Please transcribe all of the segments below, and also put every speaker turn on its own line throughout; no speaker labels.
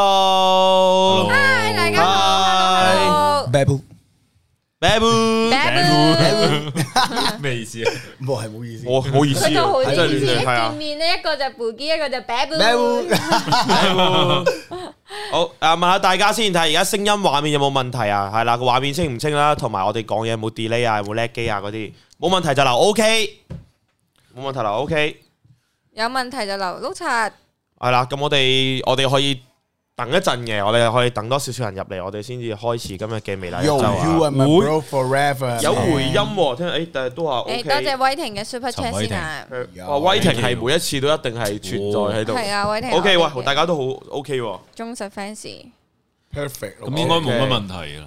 Hello，
Hi，大家好，
b a b
咩
咩意思？啊
冇係冇意思。
我好意思
佢就好
啊，
似
真係
以前
亂係
一 見
啊。
面咧，一個就 Boogie，一個就 Babu。啊
好啊，問下大家先睇下而家聲音畫面有冇問題啊？係啦，個畫面清唔清啦，同埋我哋講嘢有冇 delay 啊，有冇 lag 機啊嗰啲，冇問題就留 OK，冇問題留 OK。
有問題就留碌柒，
系啦，咁我哋我哋可以等一陣嘅，我哋可以等多少少人入嚟，我哋先至開始今日嘅微辣一周
Yo,
啊
you are my bro forever。
有回音喎，聽诶，但係都話 O
誒
K。
多謝威霆嘅 Super Chat 先啊，
誒話威霆係每一次都一定係存在喺度。
係啊，威霆
O K，哇，大
家
家都好 O K 喎，
忠實 fans，
perfect。
咁應該冇乜問題啦。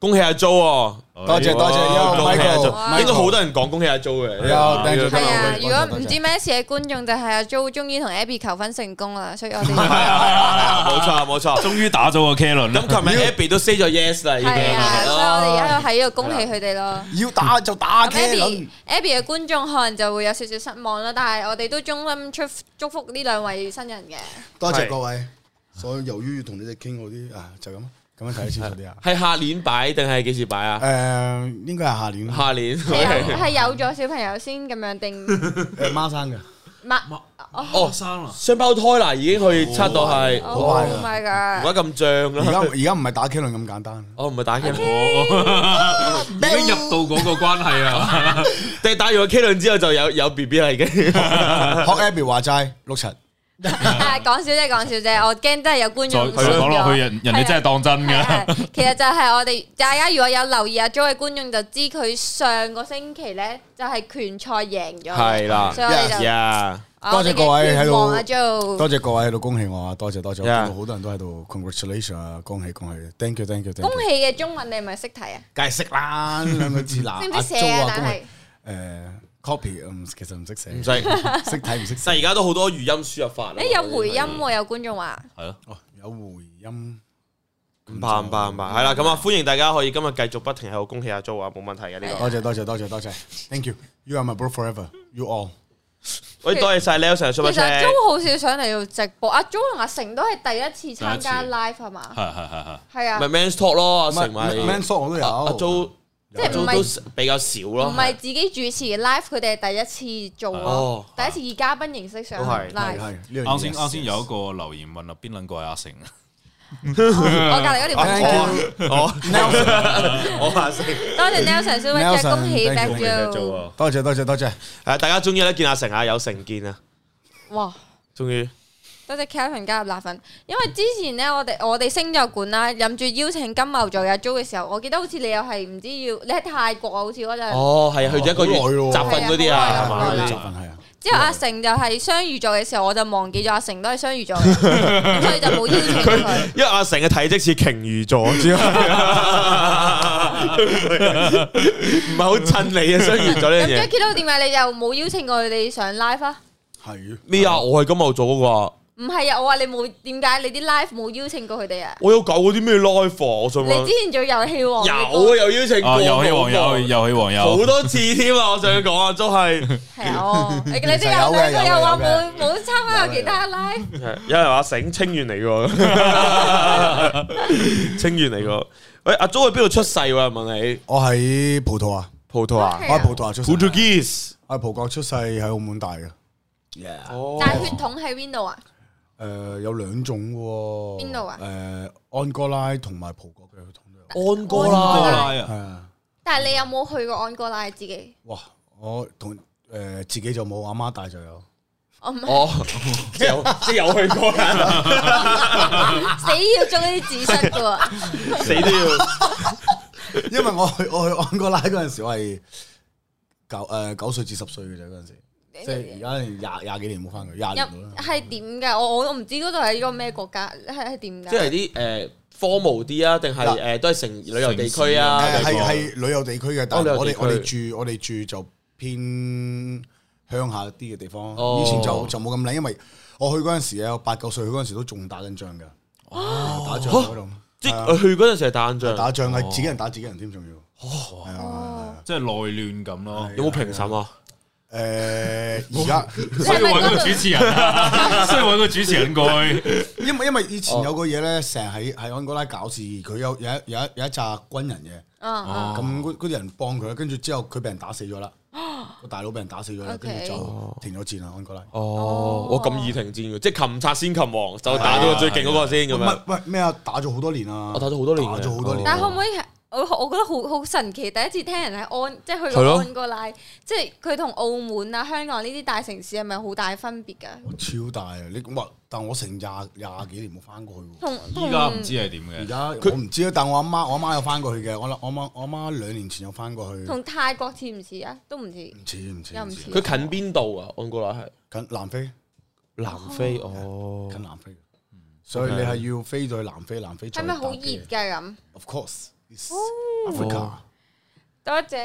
恭喜阿 Jo 喎，
哦
多
哦
謝多謝
哇
Yo
恭喜阿 Jo，
Michael，
應該好多人講恭喜阿 Jo 嘅。
Yo，thank you，
係啊，
多謝
如果唔知咩事嘅觀眾就係阿 Jo 終於同 Abby 求婚成功啦，所以我哋
係啊係啊係啊冇錯冇錯。
終於打咗個 K 輪
咁
啦。
琴日 Abby 都 say 咗 yes 啦，已經
係啊，所以
係
我哋而家喺度恭喜佢哋咯。
要打就打 K 輪
Abby。Abby 嘅觀眾可能就會有少少失望啦，但係我哋都衷心祝祝福呢兩位新人嘅。
多謝各位。所以由於要同你哋傾嗰啲啊，就咁咁樣睇得清楚啲啊。
係下年擺定係幾時擺啊？
誒，應該係下年
下年。
係有係有咗小朋友先咁樣 定
誒孖生嘅，
乜？
哦
生啦，
雙胞胎啦，已經去測到係，
Oh
好快啊
my
而
god！
家咁漲
哦而家
啦。哦
而家唔係打 K 輪咁 簡單，
我唔係打 K 輪，
哦已經入到嗰個關係啊啦。
但係打完個 K 輪之後就有有 B B 啦， 已經。
學 Abby 話齋六七，
啊講笑啫，講笑啫，我驚真係有觀
再
眾
再講啊落去，人人哋真係當真
啊 係
嘅
啊。其實就係我哋大家如果有留意阿 Jo 嘅觀眾就知佢上個星期咧就係拳賽贏咗，
係啦
所以我哋就哦
呀，
我哋嘅
多謝各位喺度
拳王阿 Jo，
多謝各位喺度恭喜我啊！多謝多謝，我
Yeah
見到好多人都喺度 congratulation 啊，恭喜恭喜，thank you thank you thank
恭
you，
喜嘅中文你係咪識睇啊？
梗係識啦兩個字 啦，
識唔
阿
識
Jo
寫啊？
啊
但係
恭喜誒 copy 嗯其實唔識寫，
唔
唔
使。
識睇唔識寫
但係而家都好多語音輸入法啦。
誒有回音喎，有觀眾話。
係咯，
哦有回音，
唔怕唔怕唔怕，係啦，咁啊，歡迎大家可以今日繼續不停喺度恭喜阿 Jo 啊，冇問題嘅呢個。
多謝多謝多謝多謝，thank you，you are my bro forever，you all。
喂，多謝晒 Leo 成日 super
其實阿
chat，
Jo 好少上嚟度直播，阿 Jo 同阿成都係第一次參加
第一
live 係嘛？
係係係係。
係啊
咪，Man's Talk 咯，成咪
man shot 我都有，
阿 Jo
即
阿
係唔
Jo
係
都比較少咯。
唔係自己主持嘅 live，佢哋係第一次做
哦
咯，第一次以嘉賓形式上
都係
係
live。
係呢樣嘢
啱先啱先有一個留言問啊，邊撚個係阿成？
我隔離嗰條
哎
朋
Thank
友
you，
我哦 我話先，
多謝 Nelson 小姐
Nelson，
恭喜 Back
thank you，
You，
啊
多謝多謝多謝，
係大家終於咧見阿成啊，有成見啊，
哇！
終於。
多謝 Kevin 加入辣粉，因為之前咧，我哋我哋星座館啦，諗住邀請金牛座嘅 Jo 嘅時候，我記得好似你又係唔知要你喺泰國啊，好似嗰陣。
哦，係啊，去咗一個月
好耐咯
集訓嗰啲啊，係
係啊好
嘛
耐
嗰
啦
呢
啲
集。份係啊，
之後阿成就係雙魚座嘅時候，我就忘記咗阿成都係雙魚座 嘅，咁所以就冇邀請佢。
因為阿成嘅體積似鯨魚座，知 嘛唔係好襯你啊！雙魚座呢
咁
樣嘢
Jackie 都點解你又冇邀請過佢哋上 live 啊？
係
咩啊？我係金牛座嗰個啊，
唔係啊，我話你冇點解你啲 live 冇邀請過佢哋啊？
我有搞嗰啲咩 live 啊？我想
你
問
之，前做遊戲王
有
嘅歌
啊，有邀請
啊，
過，
遊戲王
有
有遊戲王
好
有。
多次添啊！我想講啊，都係
係哦，你你
其實
哋有
有嘅
兩個又話
有嘅
冇冇參加過其他 live，
有人話醒清遠嚟 嘅喎，清遠嚟嘅。喂，阿 Jo 喺邊度出世喎？問你
我喺葡萄牙，
葡萄牙
係啊
我喺葡萄牙出世，
，Portuguese。
我喺葡國出世，喺澳門大嘅。
哦
但係血統喺邊度啊？
誒有兩種喎，
邊度啊
誒安哥拉同埋葡國嘅血統都有。
安哥
安哥
拉
拉。
係啊，
但係你有冇去過安哥拉自己？
哇！我同誒自己就冇，阿媽帶就有。
我唔係
哦，即 有即有去過啊啦，
死要做呢啲指出嘅喎。
死都要。
因為我去我去安哥拉嗰陣時，我係九誒九歲至十歲嘅啫，嗰陣時，即係而家係廿廿幾年冇翻去，廿
入
年到啦。
係點嘅？我我我唔知嗰度係一個咩國家，係係點
即
嘅？
係啲誒荒蕪啲啊，定係
嗱
誒都係城旅遊地區啊？
係
定係
係係旅遊地區嘅，但
哦旅
係
遊
我
地
哋
區
我哋住我哋住就偏鄉下啲嘅地方。
哦
以前就就冇咁靚，因為我去嗰陣時啊，我八九歲去嗰陣時都仲打緊仗㗎，
哦
打仗嗰度
即
係啊
係去嗰陣時係打緊仗，
打仗係自己人打自己人添，仲要。哦，係啊，
即係內亂咁咯。
有冇評審啊？
誒诶，而家
需要揾個主持人 啊，需要揾個主持人過去。
因為因為以
哦
前有個嘢咧，成日喺喺安哥拉搞事，佢有有一有一有一扎軍人嘅。
嗯嗯
啊
咁嗰嗰啲人幫佢，跟住之後佢俾人打死咗啦，個大佬俾人打死咗啦，
OK
跟住就停咗戰啦，安哥拉。
哦，我咁易停戰嘅，即係擒賊先擒王，就打到最勁嗰個先咁樣
喂。喂咩啊？打咗好多年啊！
我哦打咗好多年嘅
打咗好多年。啊
但係可唔可以係我我覺得好好神奇，第一次聽人喺安，即係去
係
過
咯
安哥拉，即係佢同澳門啊、香港呢啲大城市係咪好大分別㗎？
哦
超大啊！你哇！但我成廿廿幾年冇翻過去 喎。
同
依
同
家唔知係點嘅
而。家我唔知啊，但我阿媽我阿媽有翻過去嘅，我我媽我阿媽兩年前有翻過去。
同泰國似唔似啊？都唔似，
唔似唔似
又唔
唔似
似，
嗯佢近邊度啊？安哥拉係
近南非
南非哦。
近南非，所以你係要飛到去南非，南非再
係咪好熱
搭機
㗎咁？
？Of course, it's
Oh
Africa.
Oh
多謝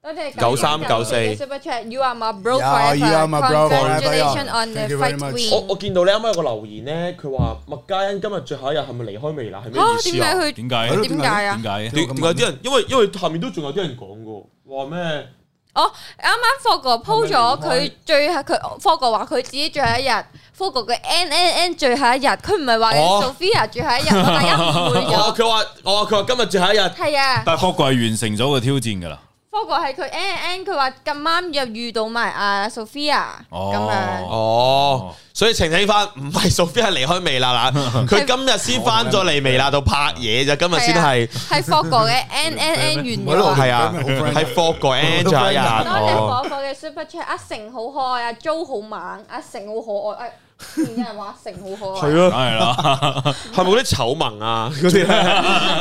多謝
9394
Super Chat，You are my bro
Yeah, you are my bro forever.
forever，congratulations on the
Thank you
fight
very much.
我
win。
我見到你啱啱有個留言咧，佢話麥嘉欣今日最後一日係咪離開微辣？係咩
嚇
意思
點解
啊？
點解？
佢
係咯
點解啊
點？解？
點點解啲人？因為因為下面都仲有啲人講嘅喎，話咩？
哦，啱啱 f o g 鋪咗
係咪離
佢最後佢 f o g 話佢自己最後一日 f o g 嘅 N N N 最後一日，佢唔係話你
哦
Sophia 最後一日，大家誤會
哦，
咗。
佢話哦，佢話今日最後一日。
係啊
但係霍貴完成咗個挑戰㗎啦。
f o g 係佢 N N，佢話咁啱又遇到埋阿 Sophia
哦
咁樣。
哦，所以澄清翻，唔係 Sophie 係離開微辣 嗱，佢今日先翻咗嚟微辣度拍嘢咋，今日先係
係啊 f o g 嘅 N N N 完咗。
係啊，係 Fog 個 N 最後一日。
多謝
哦
火火嘅 Super Chat，阿成好可愛，阿 Jo 好猛，阿成好可愛，誒，有人話阿成好可愛。
係啊
梗
咯，
係啦，
係咪嗰啲醜萌啊？ 嗰啲咧，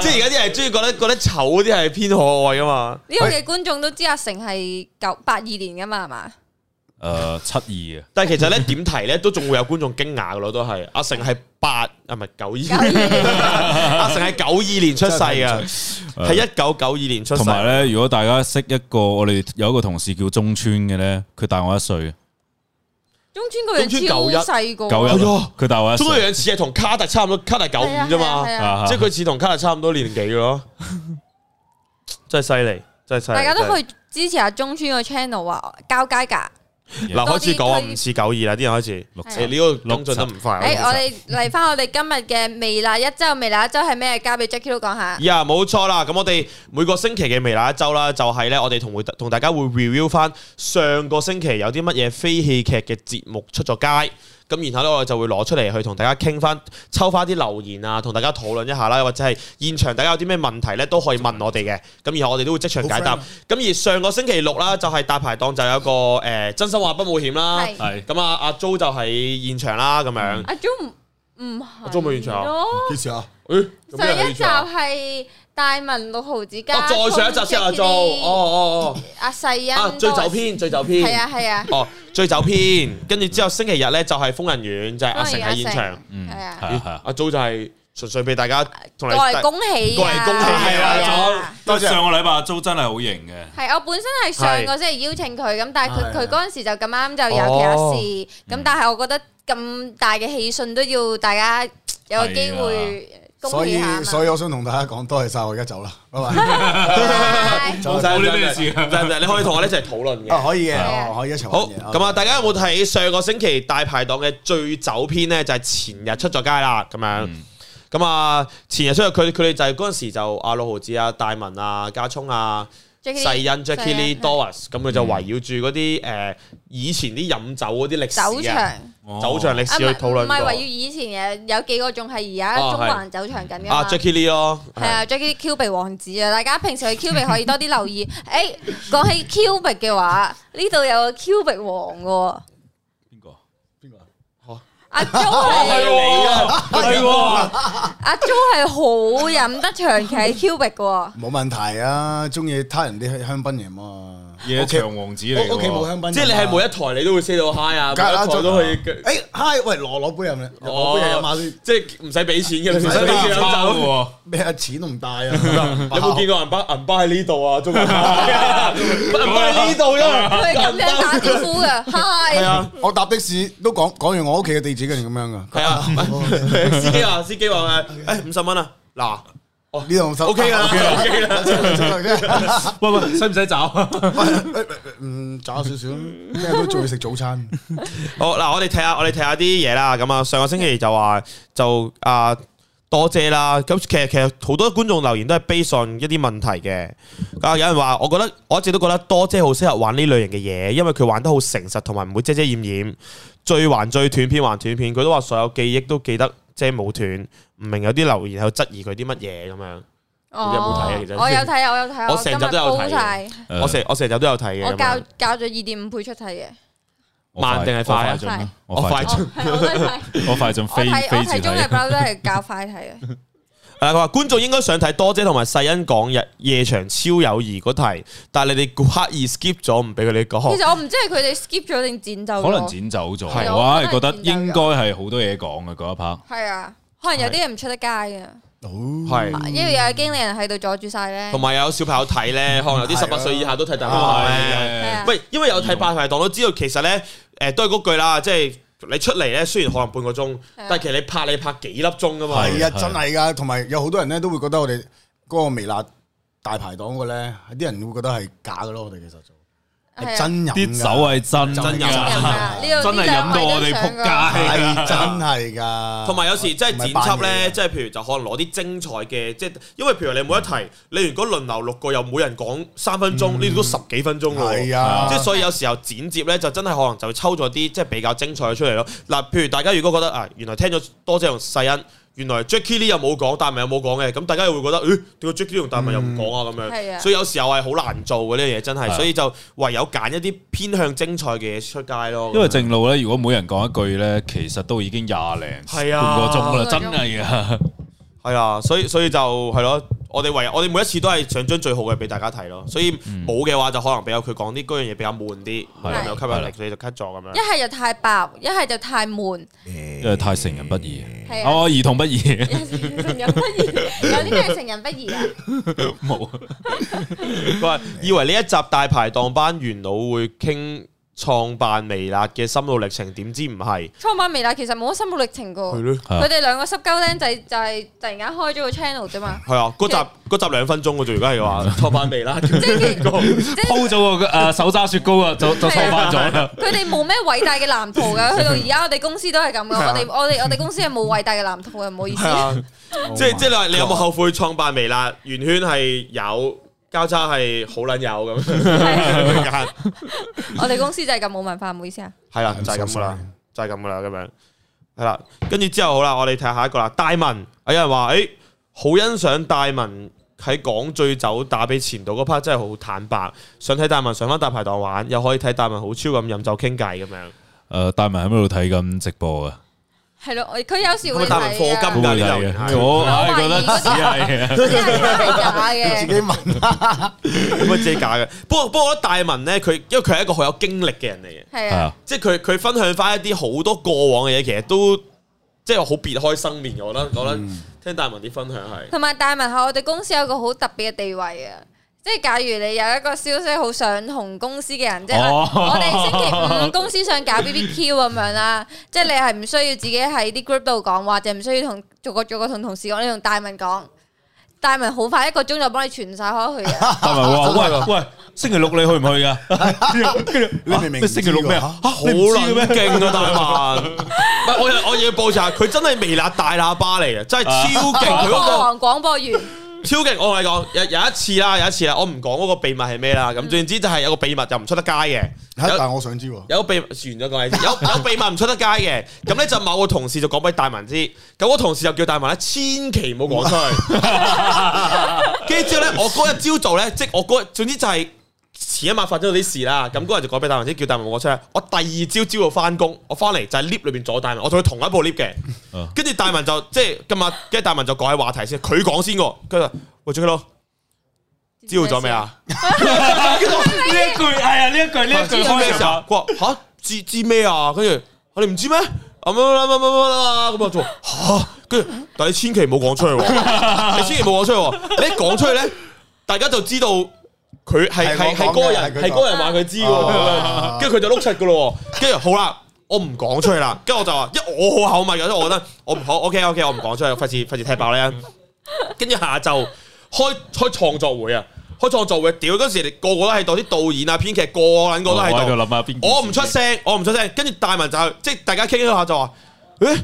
即係而家啲人中意覺得覺得醜嗰啲係偏可愛噶嘛？
呢度嘅觀眾都知阿成係九八二年噶嘛，係嘛？
誒七二啊，
但係其實咧點提咧，都仲會有觀眾驚訝噶咯，都係阿成係八啊，唔係九
九
二
二，年
阿成係九二年出世噶，係
誒
一九九二年出世
同。埋咧，如果大家識一個我哋有一個同事叫中村嘅咧，佢大我一歲，
中村個人超細個，
九一
哎呀，
佢大我一
中國
歲，
樣似係同卡特差唔多，卡特九五
係啊
啫嘛
係。啊係啊
啊
即係佢似同卡特差唔多年紀咯，真係犀利，真係犀利。
大家都
真係
去支持阿中村個 channel 啊，交街㗎。
嗱，
多啲
開始講話
推
唔似九二啦，啲人開始
六
七
誒呢個跟進得唔快。
誒，我哋嚟翻我哋今日嘅微辣一周，微辣一周係咩？交俾 Jackie 都講下。
呀，冇錯啦！咁我哋每個星期嘅微辣一周啦，就係咧，我哋同會同大家會 review 翻上個星期有啲乜嘢非戲劇嘅節目出咗街，咁然後咧我哋就會攞出嚟去同大家傾翻，抽翻啲留言啊，同大家討論一下啦，或者係現場大家有啲咩問題咧都可以問我哋嘅，咁然後我哋都會即場解答
好。
咁而上個星期六啦，就係大排檔就有一個誒、呃真心話不冒險啦，
係
係
咁啊阿 Jo 就喺現場啦，咁樣。
阿 Jo 唔唔係，
阿 Jo 冇現場啊
咯
幾時啊？
誒做咩喺現
上一集
場啊
係大文六毫子
哦
加，
再上一集先阿 Jo，哦哦哦。
阿世欣
啊！醉酒篇，醉酒篇，
係啊係啊，
哦，醉酒篇，跟住之後星期日咧就係瘋人院，就係阿成喺現場，
嗯
係啊
係啊係啊。
阿 Jo 就係純粹俾大家同
過
你
嚟恭喜啊，
過嚟恭喜
係
啊
啊，
多
多
謝
上個禮拜阿 Jo 真係好型嘅，
係我本身係上個星期邀請佢咁，但係佢
係
佢嗰陣時就咁啱就
哦
有其他事，咁但係我覺得咁大嘅喜訊都要大家有個機
啊
會恭
所
喜
以
下嘛。
所以我想同大家講，多謝晒，我而家走 啦，拜拜。
拜
走啦
冇呢咩事
啊
唔係唔係你可以同我哋一齊討論
啊，
嘅。
可以嘅，
係
哦可以一齊
好，
玩嘢
咁啊，，大家有冇睇上個星期大排檔嘅醉酒篇咧？就係前日出咗街啦，咁樣。
嗯
咁啊，前日出咗佢佢哋就係嗰陣時就阿六毫子啊、戴文啊、家聰啊。世
，Jackie
欣 Jackie Lee
係
Doris，咁佢
嗯
就圍繞住嗰啲誒以前啲飲酒嗰啲歷
酒
史啊，
場
哦
酒場歷史
啊唔
去討
係
論
唔係圍繞
過。
以前嘅，有幾個仲係而家
哦
中
係
環酒場緊㗎
啊
嘛。
Jackie Lee 咯，
係啊，Jackie Cubit 王子啊，大家平時去 Cubit 可以 多啲留意。誒，講起 Cubit 嘅話，呢度有個 Cubit 王喎，
邊個？
邊個啊
阿 Jo 係
你啊，
係喎，
阿 Jo 係好飲得長期喺 Cubit 嘅喎。
冇問題啊，中意他人啲香檳嘢啊。
夜場王子嚟嘅喎
我屋企冇香檳，
即係你係每一台你都會 say 到 hi 啊，每
梗係啦啊
一台哦都可以，
誒嗨，哎喂，攞攞杯飲咧，攞杯嘢飲下先，
即係唔使俾錢嘅，你唔使
真
俾
係
錢
唔
飲
差
酒。
喎。
咩啊錢都唔 帶啊，
有
有
冇見過銀包？銀包喺呢度啊，中銀包銀包喺呢度啫。
佢係咁樣打招呼 嘅
係
，Hi，
啊，
我搭的士都講講完我屋企嘅地址，跟住咁樣噶。
啊係啊，司機話司機話誒，誒五十蚊啊，嗱，
呢度收
OK 啦，OK 啦，
喂喂，使唔使走？
嗯，渣少少，因為佢仲要食早餐，
好嗱，我哋睇下，我哋睇下啲嘢啦。咁啊，上個星期就話就啊多謝啦。咁其實其實好多觀眾留言都係 base on 一啲問題嘅。啊，有人話，我覺得我一直都覺得多姐好適合玩呢類型嘅嘢，因為佢玩得好誠實，同埋唔會遮遮掩掩，最還最斷片還斷片。佢都話所有記憶都記得，即係冇斷。唔明有啲留言喺度質疑佢啲乜嘢咁樣。
哦
有冇睇啊其實
我有睇，我有睇，
我成集都有睇嘅啊
今日煲晒
我成我成日都有睇嘅。咁
我
樣
教教咗二點五倍出睇 嘅，
我快
慢定係快啊
我進啦
我
我快
快
進，
我係我都係
我快進
我
飛
睇我
飛
睇
住
中日
睇。
包都係教快睇
啊
嘅，
係啦，佢話觀眾應該想睇多姐同埋世欣講日夜場超友誼嗰題，但係你哋刻意 skip 咗，唔俾佢哋
其
講。
實我唔知係佢哋 skip 咗定剪走咗，
可能剪走咗，
係
我
我
係
覺得
覺得
剪走咗
應該係好多嘢講嘅嗰一 part。
係啊，可能有啲嘢唔出得街嘅，
係，
因為有經理人喺度阻住晒咧
同，埋有小朋友睇咧，可能有啲十八歲以下都睇大波漫咧。
係啊
喂，因為有睇八排檔都知道，其實咧，誒都係嗰句啦，即係你出嚟咧，雖然可能半個鐘，但係其實你拍你拍幾粒鐘噶嘛。
係
係啊，真係噶，同埋有好多人咧都會覺得我哋嗰個微辣大排檔嘅咧，啲人會覺得係假嘅咯，我哋其實做係
啊
真飲㗎
啲酒係真
真
真
㗎
人啊，呢度
真係飲到我哋仆街
係真係噶，
啊同埋有時即係剪輯咧，
唔係扮嘢啊
即係譬如就可能攞啲精彩嘅，即係因為譬如你每一題，你如果輪流六個，又每人講三分鐘，呢度都十幾分鐘咯。
係啊，
即係所以有時候剪接咧，就真係可能就抽咗啲即係比較精彩嘅出嚟咯。嗱，譬如大家如果覺得啊，原來聽咗多謝同世欣，原來 Jackie Lee 又冇講，大文又冇講嘅，咁大家又會覺得，咦，點解 Jackie Lee 同大文又唔講啊咁
係
樣？
啊
所以有時候係好難做嘅呢樣嘢，真
嗯係啊
係，所以就唯有揀一啲偏向精彩嘅嘢出街咯。
因為正路咧，如果每人講一句咧，其實都已經廿零
係啊
半個鐘啦，真係啊！
係啊，所以所以就係咯，我哋唯我哋每一次都係想將最好嘅俾大家睇咯，所以冇嘅話就可能比較佢講啲嗰樣嘢比較悶啲，
嗯係
冇有吸引力，所以就 cut 咗咁樣
一。係就太爆，一係就 太悶，
因為太成人不宜，
係啊。
哦，兒童不宜
有啲成人不宜，有啲咩係成人不宜啊？
冇。
佢話以為呢一集大排檔班元老會傾創辦微辣嘅心路歷程，點知唔係？
初晚微辣其實冇乜心路歷程噶，
咯，
佢哋兩個濕鳩僆仔就係突然間開咗個 channel 啫嘛，
係啊，嗰集嗰集兩分鐘嘅啫，而家係話創辦微辣，即
即係
鋪咗個誒手揸雪糕啊，就就收翻咗啦。
佢哋冇咩偉大嘅藍圖 㗎，去到而家我哋公司都係咁噶，
啊
我哋我哋我哋公司係冇偉大嘅藍圖嘅，唔好意思
係。啊，即係即係你話你有冇後悔創辦微辣？圓圈係有，交叉係好撚有咁。啊
我哋公司就係咁冇文化，唔好意思啊。
係啦，就係咁噶啦，就係咁噶啦，咁樣係啦。跟住之後好啦，我哋睇下一個啦。大文，有人話誒，好欣賞大文喺講醉酒打俾前度嗰 part 真係好坦白，想睇大文上翻大排檔玩，又可以睇大文好超咁飲酒傾偈咁樣。
誒，大文喺度睇緊直播啊，
係咯，我佢有時
咁
會
啊大文
睇
課金
啊
唔
好
介
睇
意留言
嘅。我唉覺得只係啊，
真係假 嘅，
自己問啊
咁啊，真係假嘅。不過不過，我覺得大文呢，佢因為佢係一個好有經歷嘅人嚟嘅，
係
係
啊，
啊，
即係佢佢分享翻一啲好多過往嘅嘢，其實都即係好別開生面嘅。我覺得我覺得聽大文啲分享係。
同埋大文係我哋公司有個好特別嘅地位啊！即係假如你有一個消息好想紅公司嘅人，即係
哦
我我哋星期五公司想搞 BBQ 咁樣啦，即係你係唔需要自己喺啲 group 度講，或者唔需要同逐個逐個同同事講，你同大文講，大文好快一個鐘就幫你傳晒開去 啊！
大文話：喂喂，星期六你去唔去噶？跟住
你明明
啊
唔知㗎
星期六咩啊？嚇
好
你唔知嘅
撚
咩？
勁啊，大文！啊唔 係我又我又要報查，佢真係微辣大喇叭嚟嘅，真係超勁！佢
廣 播
嗰個
王廣播員
超勁，我同你講，有有一次啦，有一次啦，我唔講嗰個秘密係咩啦，咁總之就係有個秘密就唔出得街嘅，
但
有
係我想知喎，
有個秘密完咗講嘢，有有秘密唔出得街嘅，咁咧就某個同事就講俾大文知，咁個同事就叫大文咧千祈唔好講出去，跟住之後咧，我嗰日朝早咧，即係 我嗰日總之就係。前一晚發生咗啲事啦，咁嗰人就講俾大文知，叫大文我出嚟。我第二朝朝早翻工，我翻嚟就喺 lift 裏邊坐大文，我同佢同一部 lift 嘅
嗯。
跟住大文就即係今日，跟住大文就講起話題先，佢講先喎。跟住話喂 j a 咯，知道咗未？啊？
呢一句係啊，呢一句呢一句
知道咩
開
時候。？
咗
佢話吓知知咩啊？跟住我哋唔知咩？咁樣啦，乜乜乜啦，咁啊做吓，跟住但係你千祈唔好講出去 喎，你千祈唔好講出去喎，你一講出去咧，大家就知道佢係
係
係
我
係
講嘅
嗰個人
係佢
係嗰個人話佢知喎，
哦
跟住佢就碌柒噶咯喎，跟住好啦。我唔講出去啦，跟住我就話，因為我好口密嘅，所以我覺得我唔好，OK OK，我唔講出去，費事費事踢爆你啊！跟住下晝開開創作會啊，開創作會，屌嗰時你個個都喺度，啲導演啊、編劇個個撚個都喺
哦我喺度
度。
諗下邊件事，
我唔出聲，我唔出聲。跟住大文就係即係大家傾一下就話，誒、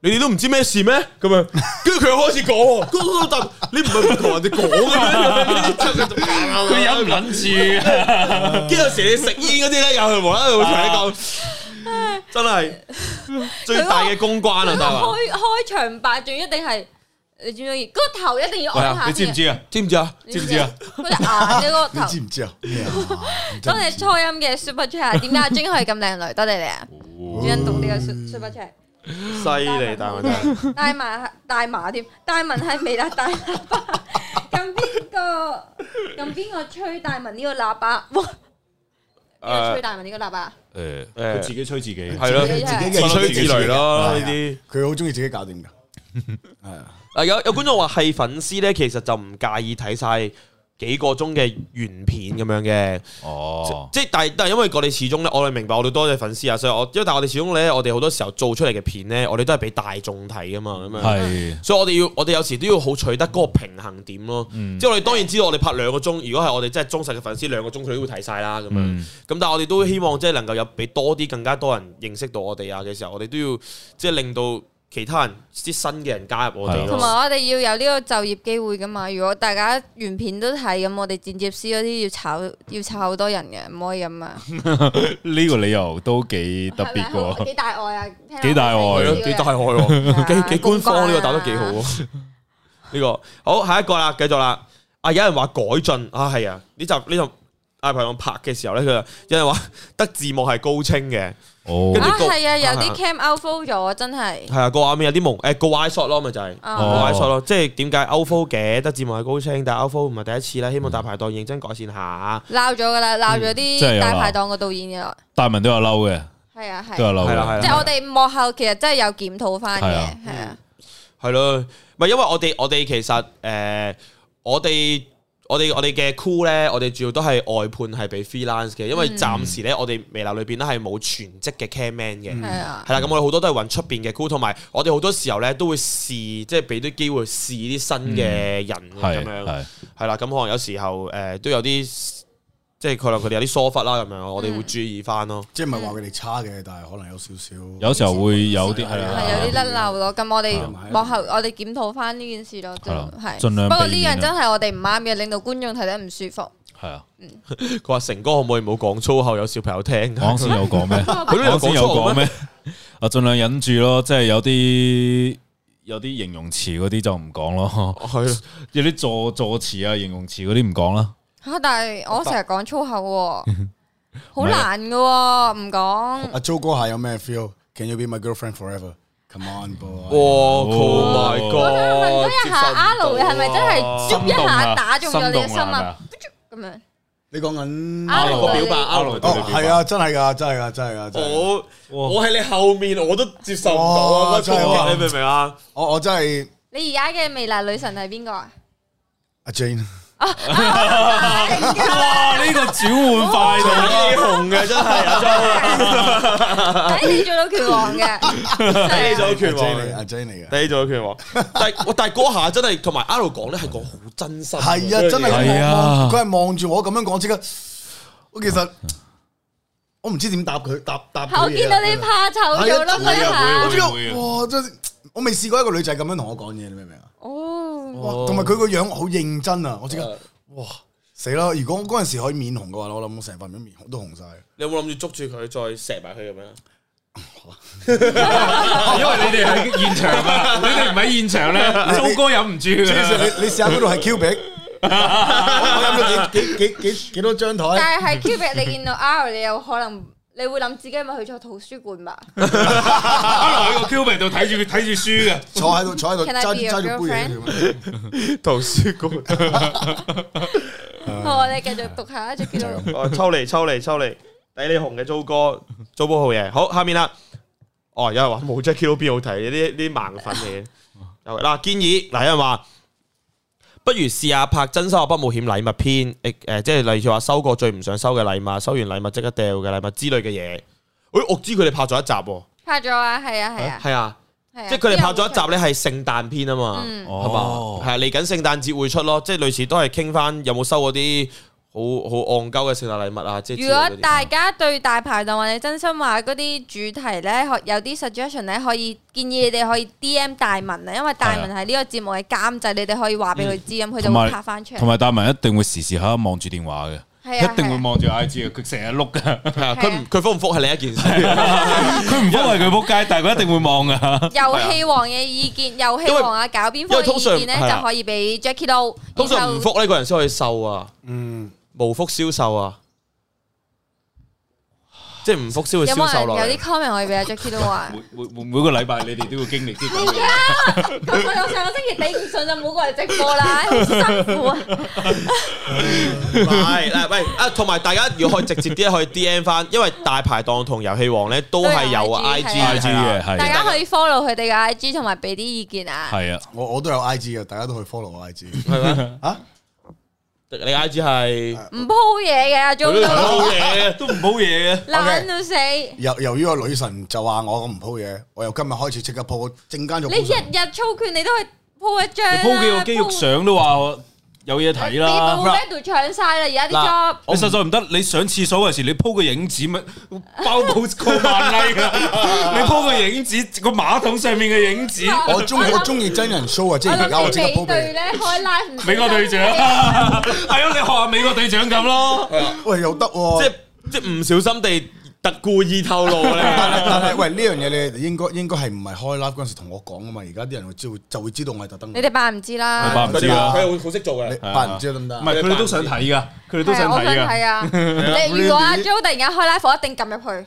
你哋都唔知咩事咩？咁樣，跟住佢又開始講喎，嗰個就你唔係唔同人哋講 嘅咩？
佢忍唔捻住啊，
跟住有時你食煙嗰啲咧，有人無啦啦會同你講，
啊
真係最大嘅公關啊！大文，
開開場白仲一定係你知唔知？嗰個頭一定要
喂
按
啊
下
你知唔
先。
知啊？
知唔知啊？
知唔知啊？
嗰隻眼嘅嗰個
你
頭。
知 唔知啊？咩啊？
多謝初音嘅 Super Chat，點解阿晶可以咁靚女？多謝你啊，主人讀呢個 Su- Super Chat。
犀利，大文真係
大麻大麻添，大文係未啦，大喇叭。咁邊個？咁邊個吹大文呢個喇叭？哇！邊個吹大文呢個喇叭？
诶，
誒
佢自己吹自己，
係咯，
自己
自
嘅
吹自擂咯呢啲。
啊佢好中意自己搞掂㗎。係啊，
嗱，有有觀眾話係粉絲咧，其實就唔介意睇晒幾個鐘嘅原片咁樣嘅，
哦，
即係但係但係因為我哋始終咧，我哋明白我哋多謝粉絲啊，所以我因為但係我哋始終咧，我哋好多時候做出嚟嘅片咧，我哋都係俾大眾睇噶嘛，
嗯
咁樣。
系
所以我哋要，我哋有時都要好取得嗰個平衡點咯。
嗯
即係我哋當然知道，我哋拍兩個鐘，如果係我哋真係忠實嘅粉絲，兩個鐘佢都會睇晒啦。咁樣，咁、
嗯
但係我哋都希望即係能夠有俾多啲更加多人認識到我哋啊嘅時候，我哋都要即係令到其他人啲新嘅人加入我哋
係
咯
同。埋我哋要有呢個就業機會噶嘛。如果大家原片都睇咁，我哋剪接師嗰啲要炒要炒好多人嘅，唔可以咁啊。
呢個理由都幾特別
係咪好
噶，
幾大愛啊！聽落
幾大愛
係咯，
係咯
幾大愛喎，
係
幾
啊
幾官方呢個
公關啊
打得幾好喎。呢個好下一個啦，繼續啦。啊，有人話改進啊，係啊，呢集呢集阿朋友拍嘅時候咧，佢就有人話得字幕係高清嘅，
哦
跟住
啊，
告
係啊，有啲
啊
cam out f o l 咗啊，真係。
係啊，個畫面有啲蒙誒個 y shot 咯，咪就係。
啊
個
哦
y shot 咯，即係點解 OFO 嘅得字幕係高清，但係 OFO 唔係第一次啦，希望大排檔認真改善下。
鬧咗噶啦，鬧咗
嗯真係
啲
有
大
鬧
排檔個導演嘅啦，
大文都有嬲嘅，
係啊
都有
係，
嬲
係啦係
嘅，
啦
即係我哋幕後其實真係有檢討翻嘅，
係啊
係啊，
係咯，咪因為我哋我哋其實誒、呃我哋我哋我哋嘅 cool 咧，我哋主要都係外判係俾 freelance 嘅，因為
嗯
暫時咧我哋微辣裏邊咧係冇全職嘅 camman 嘅。
嗯
係啊，
係啦，咁我哋好多都係揾出邊嘅 cool，同埋我哋好多時候咧都會試，即係俾啲機會試啲新嘅人咁
嗯係
樣，
係
係啦，咁可能有時候誒都有啲，即係可能佢哋有啲疏忽啦咁樣，我哋
嗯
會注意翻咯。
即係唔係話佢哋差嘅，但係可能有少少。
嗯
有時候會有啲係
啊
係有啲甩漏咯。咁我哋
係啊
幕後我哋檢討翻呢件事咯，就
係啊
係。
盡量
不過
避
呢
免啊
樣真係我哋唔啱嘅，令到觀眾睇得唔舒服。
係啊，
佢話成哥可唔可以唔好講粗口，有小朋友聽㗎。
我啱先有講 咩？
佢呢度
我先
講
有
粗口
講
咩？
咩？我盡量忍住咯，即係有啲有啲形容詞嗰啲就唔講咯，
係咯
有啲助助詞啊、形容詞嗰啲唔講啦。
嚇！但係我成日講粗口喎，好
唔係啊
難嘅喎，唔講。
阿 Jo 哥下有咩 feel？Can you be my girlfriend forever？Come on
哦啊哇
boy！
！Oh my
我
我
god！
想問咗一下阿盧，係咪真係
接
喐一下打中咗你嘅
心
心
動啊
啊？咁樣
你講緊
阿
盧個表
盧
白阿盧
盧
哦，
對你哦表白
係啊，真係㗎，真係㗎，真係㗎，真係㗎。
我哦我喺你後面我都接受唔到啊！
哇
嗰個
真係
感
哇
覺你明唔明啊？
我我真係
你而家嘅微辣女神係邊個啊？
阿 Jane，啊
哇！呢個轉換快到啦，
睇你紅嘅真係 啊，
睇你做到拳王嘅，
睇你做咗
阿
拳
Jane
王
嚟，
嘅，
阿 Jane 嚟嘅。
睇你做咗拳王。但 係但係嗰下真係同埋阿盧講咧係講好真心，
係啊，真係
係
係
佢
啊
望佢係望住我咁樣講，即刻。我其實我唔知點答佢，答答佢
我
嘢
見
啦
到你怕醜咗
係
咯
啊
嗰一
我
下。
知道，
會啊
哇！真係我未試過一個女仔咁樣同我講嘢，你明唔明啊？
哦，
哇！同埋佢個樣好認真啊！我即刻
啊
哇死啦！如果我嗰陣時可以面紅嘅話，我諗我成塊面面紅都 紅晒。
你有冇諗住捉住佢再錫埋佢咁樣？
因為你哋喺現場 啊，你哋唔喺現場咧，
你
蘇哥忍唔住㗎啦。
你你試下嗰度係 Q 餅，我飲咗幾幾幾幾幾多張台，
但係喺 Cubic 你見到 R，你有可能你會諗自己係咪去咗圖書館吧？
阿啊羅喺個 Q 屏度睇住睇住書嘅，
坐喺度坐喺度
Can
揸
I
住
be your
揸住杯嘢喺度咁樣，
圖書館，
好，我哋哦繼續讀下一隻叫做
哦抽嚟抽嚟抽嚟，睇你紅嘅租哥，租波好嘢。好，下面啦。哦，有人話冇 Jacky O B 好睇，呢啲呢啲盲粉嚟嘅。有嗱建議，嗱有人話，不如試下拍真心話不冒險禮物篇，誒、誒，即係例如話收過最唔想收嘅禮物，收完禮物即刻哎掉嘅禮物之類嘅嘢。誒、我知佢哋拍咗一集喎，
拍咗啊，係啊係啊，
係啊，
係啊
即係佢哋拍咗一
之後
集咧係聖誕篇啊嘛，
嗯
哦
係嘛？係啊嚟緊聖誕節會出咯，即係類似都係傾翻有冇收嗰啲好好戇鳩嘅聖誕禮物啊，即係
如
之類嗰啲。
果大家對大排檔或者真心話嗰啲主題咧，可有啲 suggestion 咧，可以建議你哋可以 D M 大文啊，因為大文係呢個節目嘅監製，你哋可以話俾佢知，咁佢就
同埋
會拍翻出
同
嚟。
埋大文一定會時時刻刻望住電話嘅，
係啊，
一定會
係啊
望住 I G 嘅，佢成日碌噶，
係啊佢
係
唔
啊
佢覆唔覆係另一件事，
佢 唔幫係佢仆街，但係佢一定會望噶。
遊戲王嘅意見，遊戲王啊，搞邊方嘅
因為
意見
通
咧，
常
就可以俾 Jackie 到。
通常唔
然後
覆呢個人先可以瘦啊，
嗯，
無覆銷售啊，即係唔覆先會
有
銷
冇
售落
人
嚟
有啲。comment 可以俾阿 Jackie à. 到 話？
每每每個禮拜你哋都會經歷啲咁嘅嘢。
咁我上個星期頂唔順就冇過嚟直播啦，好辛 苦啊！
系嗱，喂啊，同埋大家如果可以直接啲可以 D M 翻，因為大排檔同遊戲王咧都係有 I G
都有
I G 嘅
嘅，
係
大
啊
家可以 follow 佢哋嘅 IG 同埋俾啲意見啊。
係啊，
我我都有 I G 嘅，大家都去 follow 我 I G。
係咩？
啊，
你 I G 係
唔鋪嘢嘅阿 Jo
佢都
都
冇嘢，
都唔好嘢啊嘅。
懶到死。
由由於個女神就話我唔鋪嘢，我由今日開始即刻鋪，陣間就
你
鋪上
日日操拳，你都去鋪一張啦。
鋪幾個肌肉相都話我有嘢睇
你部
啦。
medal 搶晒啦，而家啲 job
你實在唔得，你上廁所嗰時你鋪個影子咪包保 過萬例 噶。你鋪個影子個馬桶上面嘅 影子，
我
Ờ,
中我中意真人 show 啊，即
我
係而家我
諗起
即刻
美
鋪
隊
俾
咧開 live 唔小心
美國隊 長，係啊，你學下美國隊長咁咯。
你。喂，又得喎！
即係即係唔小心地特故意透露
但
咧。
係但係，喂呢樣嘢你應該應該係唔係開 live 嗰陣時同我講噶嘛？而家啲人會知就會知道我係特登。
你哋扮唔知啦。
扮唔知啊
佢好好識做
你
嘅。
扮唔知得唔得？啊
唔係佢哋都想睇 噶，佢哋都
係
想
啊，我想
睇噶。
睇啊！你如果阿 Jo 突然間開 live，我一定撳入去。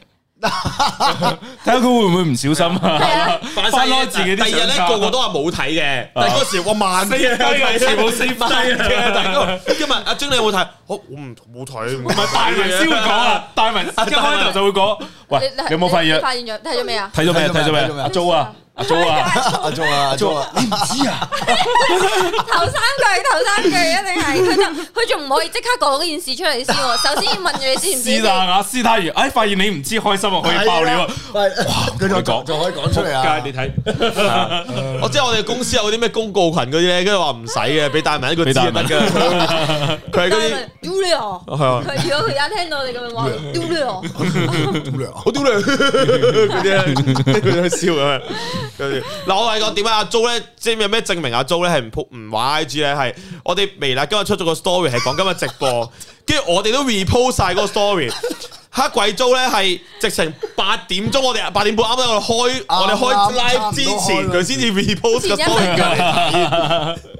睇下佢會唔會唔小心
係
啊？
啊，
反
翻開自己啲
第二日咧
相冊啊
個個都話冇睇嘅，但係嗰時我慢
四日全部四分
嘅，
嘅，
但係嗰個今日阿晶你有冇睇？我我唔冇睇，唔
唔係大文先會講 啊，大文一開頭就會講，喂，
你
你有冇發現
你
啊？
發現咗睇咗未啊？
睇咗咩？睇咗
睇咗
咩？
咩
阿 Jo 啊，阿 Jo 啊，
阿 Jo 啊，阿 Jo 啊，
你唔知啊？
頭三句，頭三句一定係佢就佢仲唔可以即刻講件事出嚟先 喎？首先要問住你知唔知
是
先？
但啊，斯太完，哎，發現 你唔知，開心啊，可以爆料啊！
係
哇，
佢
同
就
你講
就可以講出嚟啊
仆！街，你睇，
我知我哋公司有嗰啲咩公告群嗰啲咧，跟住話唔使嘅，俾大文一個字就得嘅。佢係嗰啲
但係屌你哦！
係啊，
佢如果佢而家聽到你咁樣話，屌你哦！
啊
好屌你嗰啲呢跟住佢笑咁樣。跟住嗱，我係講點解阿 Jo 咧，即係有咩證明阿 Jo 咧係唔 po 唔玩 I G 咧？係我哋微辣今日出咗個 story 係講今日直播，跟住我哋都 repost 晒嗰個 story。黑鬼 Jo 咧係直情八點鐘，我哋八點半啱啱我哋開我哋開
啱啱差
live
唔多
之
開
前，
啦
佢先至 repost 個
前一分
story
鐘
嘅。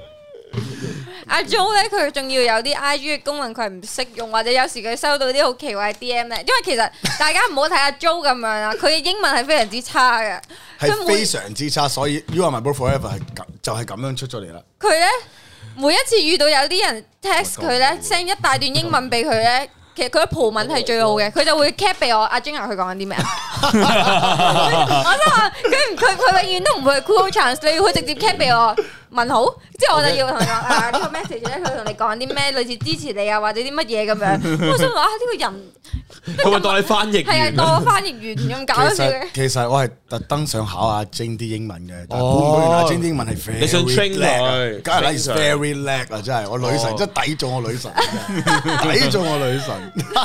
阿 Jo 咧，佢仲要有啲 IG 嘅功能，佢唔識用，或者有時佢收到啲好奇怪嘅 DM 咧。因為其實大家唔好睇阿 Jo 咁樣啦，佢嘅英文係非常之差嘅。佢
係非
每
常之差，所以 You Are My Bro Forever 係咁就係咁樣出咗嚟啦。
佢咧每一次遇到有啲人 text 佢咧 send 一大段英文俾佢咧，其實佢嘅葡文
啊
係最好嘅，佢就會 cap 俾我。阿 Jun 佢講緊啲 咩啊？我真話佢唔佢佢永遠都唔會 cool translate，佢直接 cap 俾我問好，之後我就要同佢講啊呢個 message 咧，佢同你講啲咩類似支持你啊或者啲乜嘢咁樣。咁我想話啊呢個人
佢咪當你翻譯
係啊
員
當啊我翻譯員咁搞
其
笑嘅
實。其實我係特登想考下 Jane 啲英文嘅，但係
哦
估唔到原來 Jane 啲英文係 very
你想 train
叻啊
佢
梗係啦
train
is
佢
，very 叻啊！真係我女
哦
神真係抵咗我女神， 抵咗我女神。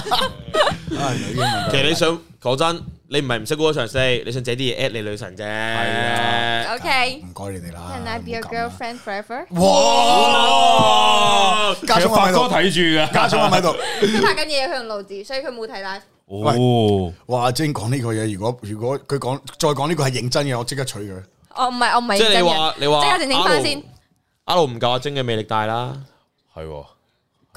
啊，原來英文
其實你想講真，你唔係唔識 Google Translate，你想借啲嘢 at 你女神啫。
係
OK。
唔該你哋啦。
Can I be your
唔嗯好咁啊啦
girlfriend forever？
哇！
哦其實發哥睇住噶，
家長我咪喺度，
佢拍緊嘢，佢用路字，所以佢冇睇 live。
哦，
哇！Jane 講呢個嘢，如果如果佢講再講呢個係認真嘅，我即刻娶佢。
我唔係我唔係
即係
認
你
真
話
嘅，
你話
即刻整整翻先。
阿盧唔夠阿晶嘅魅力大啦，
係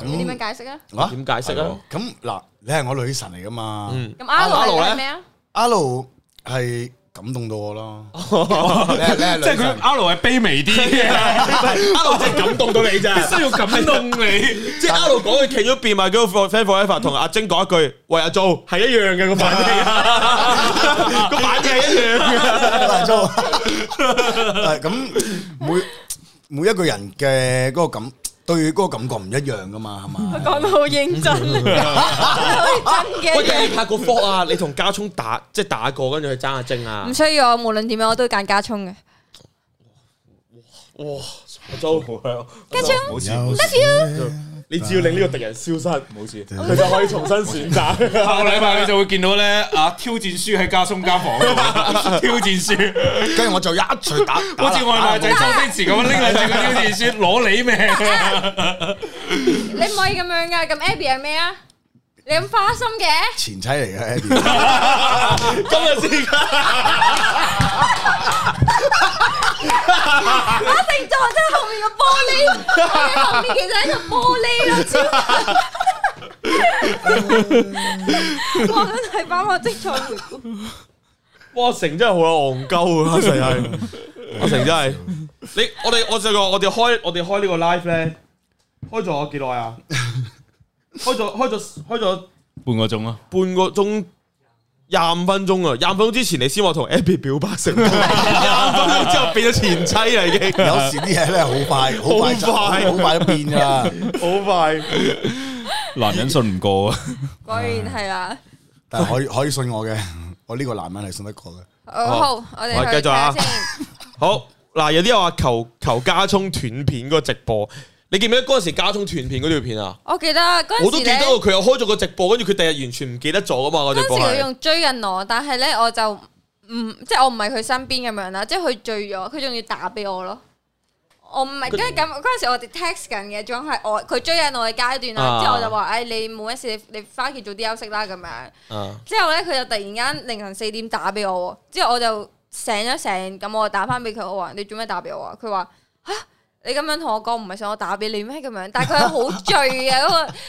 你點
咁
樣解釋啊？
啊
點解釋啊？
咁嗱，你係我女神嚟噶嘛？
嗯，
咁阿
阿
盧
盧
係
呢
咩啊？
阿盧係感動到我啦，
即係佢啊 R 係啊卑微啲嘅，
阿盧真係感動到你咋，
需要感動你。
即係阿盧講佢企咗變埋 girlfriend forever，同阿晶講一句，喂阿 Jo 係一樣嘅個反應，個反應係一樣嘅。
大咗。係咁每每一個人嘅嗰個感對嗰個感覺唔一樣噶嘛，係嘛？
講得好認真，真係好真
喂，定係
嘅
你。拍過科啊？你同家聰打即係打過，跟住去爭下精啊
唔？需要，我無論點樣我都會揀加葱嘅。
哇！糟好
加葱
冇事冇事，
你只要令呢個敵人消失，
冇 事。
佢就可以重新選擇。
下個禮拜你就會見到咧，啊挑戰書喺家松間 房度，挑戰書，
跟住我就一錘打，
好似外賣仔周星馳咁樣拎嚟住個挑戰書攞你命。
你唔可以咁樣噶，咁 Abby 係咩啊？你咁花心嘅，
前妻嚟嘅 Eddie，
今日先
我定咗真係後面個玻璃，我哋後面其實係一個玻璃咯知唔知。哇！真係把我精彩回顧，
哇！成真係好有戇鳩啊！成 係，阿成真係你我哋我就個我哋開我哋開呢個 live 咧，開咗幾耐 啊？開咗開咗開咗
半個鐘啊！
半個鐘廿五分鐘啊！廿五分鐘之前你先話同 Abby 表白 成功，廿五分鐘之後變咗前妻啦已經，
有時啲嘢咧好快，好快就，
好快
好快就變噶。
好
Oh
快。
男人信唔過 啊！
果然係啦。
但係可以可以信我嘅，我呢個男人係信得過嘅。
好，我哋去睇
繼續啊
下先。
好嗱，有啲人話求求加葱斷片嗰個直播，你記唔記得嗰陣時加葱斷片嗰條片啊？
我記得嗰
我
陣
都
時
記得
咧，
佢又開咗個直播，跟住佢第日完全唔記得咗噶嘛，個
嗰
直
陣
播
時佢
係。
仲追緊我，但係咧我就唔即係我唔係佢身邊咁樣啦，即係佢追咗，佢仲要打俾我咯。我唔係，跟住咁嗰陣時我哋 text 緊嘅，仲係我佢追緊我嘅階段
啊
啦。之後我就話：，唉，你冇乜事，你你翻屋企早啲休息啦咁樣。
啊
之後咧，佢就突然間凌晨四點打俾我喎，之後我就醒咗醒，咁我打翻俾佢，我話你做咩打俾我啊？佢話嚇你咁樣同我講，唔係想我打俾你咩咁樣？但係佢係好醉嘅，嗰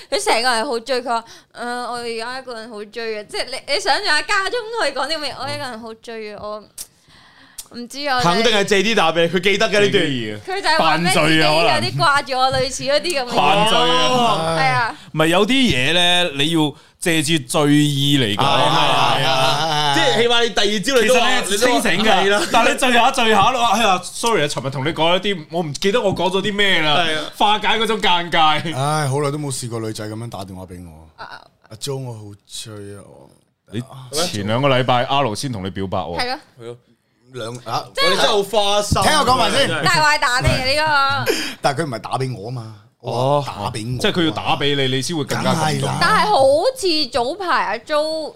個佢成個人係好醉。佢話：誒、嗯我而家一個人好醉嘅，嗯即係你你想象下家中佢講啲咩？我一個人好醉嘅，我唔知啊。
肯定係借啲打俾你，佢記得嘅呢段。
嘢
佢就係話
犯
咩自己
罪
有
啊可能
啲掛住我，類似嗰啲咁嘅嘢。
犯罪啊！
係啊，
咪有啲嘢咧，你要借住醉意嚟講
啊
係
係
啊。
啊，即係起碼你第二朝
其
你
實
都話
咧
你
清醒
㗎
㗎，但係你醉下醉下咯，哎呀，sorry 啊，尋日同你講一啲，我唔記得我講咗啲咩啦
係啊，
化解嗰種尷尬。
唉，好耐都冇試過女仔咁樣打電話俾我。
啊
阿 Jo，我好醉啊！我
你前兩個禮拜阿盧先同你表白喎
係， 咯，
兩啊，
我哋真係好花
哦
心。
聽我講埋先
大壞蛋嚟嘅呢個，
但係佢唔係打俾我啊嘛，我
哦
話打俾我，
即係佢要打俾你，你先會更加感
梗係
動
啦。
但係好似早排阿 Jo，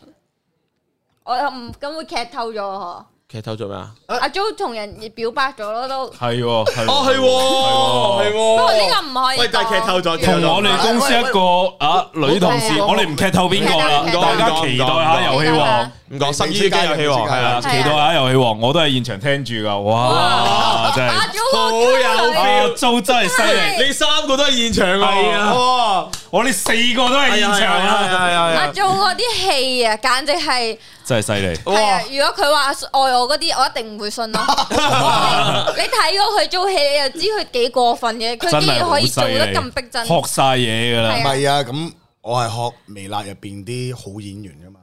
我又唔咁會劇透咗嗬。
劇透做咩啊？
阿 Jo 同人表白咗咯都，不
係喎，係喎
哦，係喎，係
喎。
過呢
喎。
個唔可以講。
喂，但係劇透咗，劇透
同
咗
我哋公司一個啊女同事，
喂
我哋唔劇透邊個啦
唔，劇透
大家
唔講
期
唔講
待下遊戲王，
唔講十二機遊戲王係
係啊，
啦，
係
期
啊
待下遊戲王，我都係現場聽住噶，哇，真係
阿 Jo
好有
溝女
啊，租真係犀利，
你三個都係現場㗎
係啊
哇！
我哋四個都係現
係
場
啊係
啊，
啊係啊係
阿
啊！
Jo 嗰啲戲啊，簡直係
真係犀利。
係
哇！！
啊如果佢話愛我嗰啲，我一定唔 會信咯。你你睇過佢做戲，你就知佢幾過分嘅，佢
真
竟
係
然
好
可以
犀
做得
利，
咁逼真。
學晒嘢㗎
唔
啦。
係
係啊，咁我係學微辣入邊啲好演員噶嘛，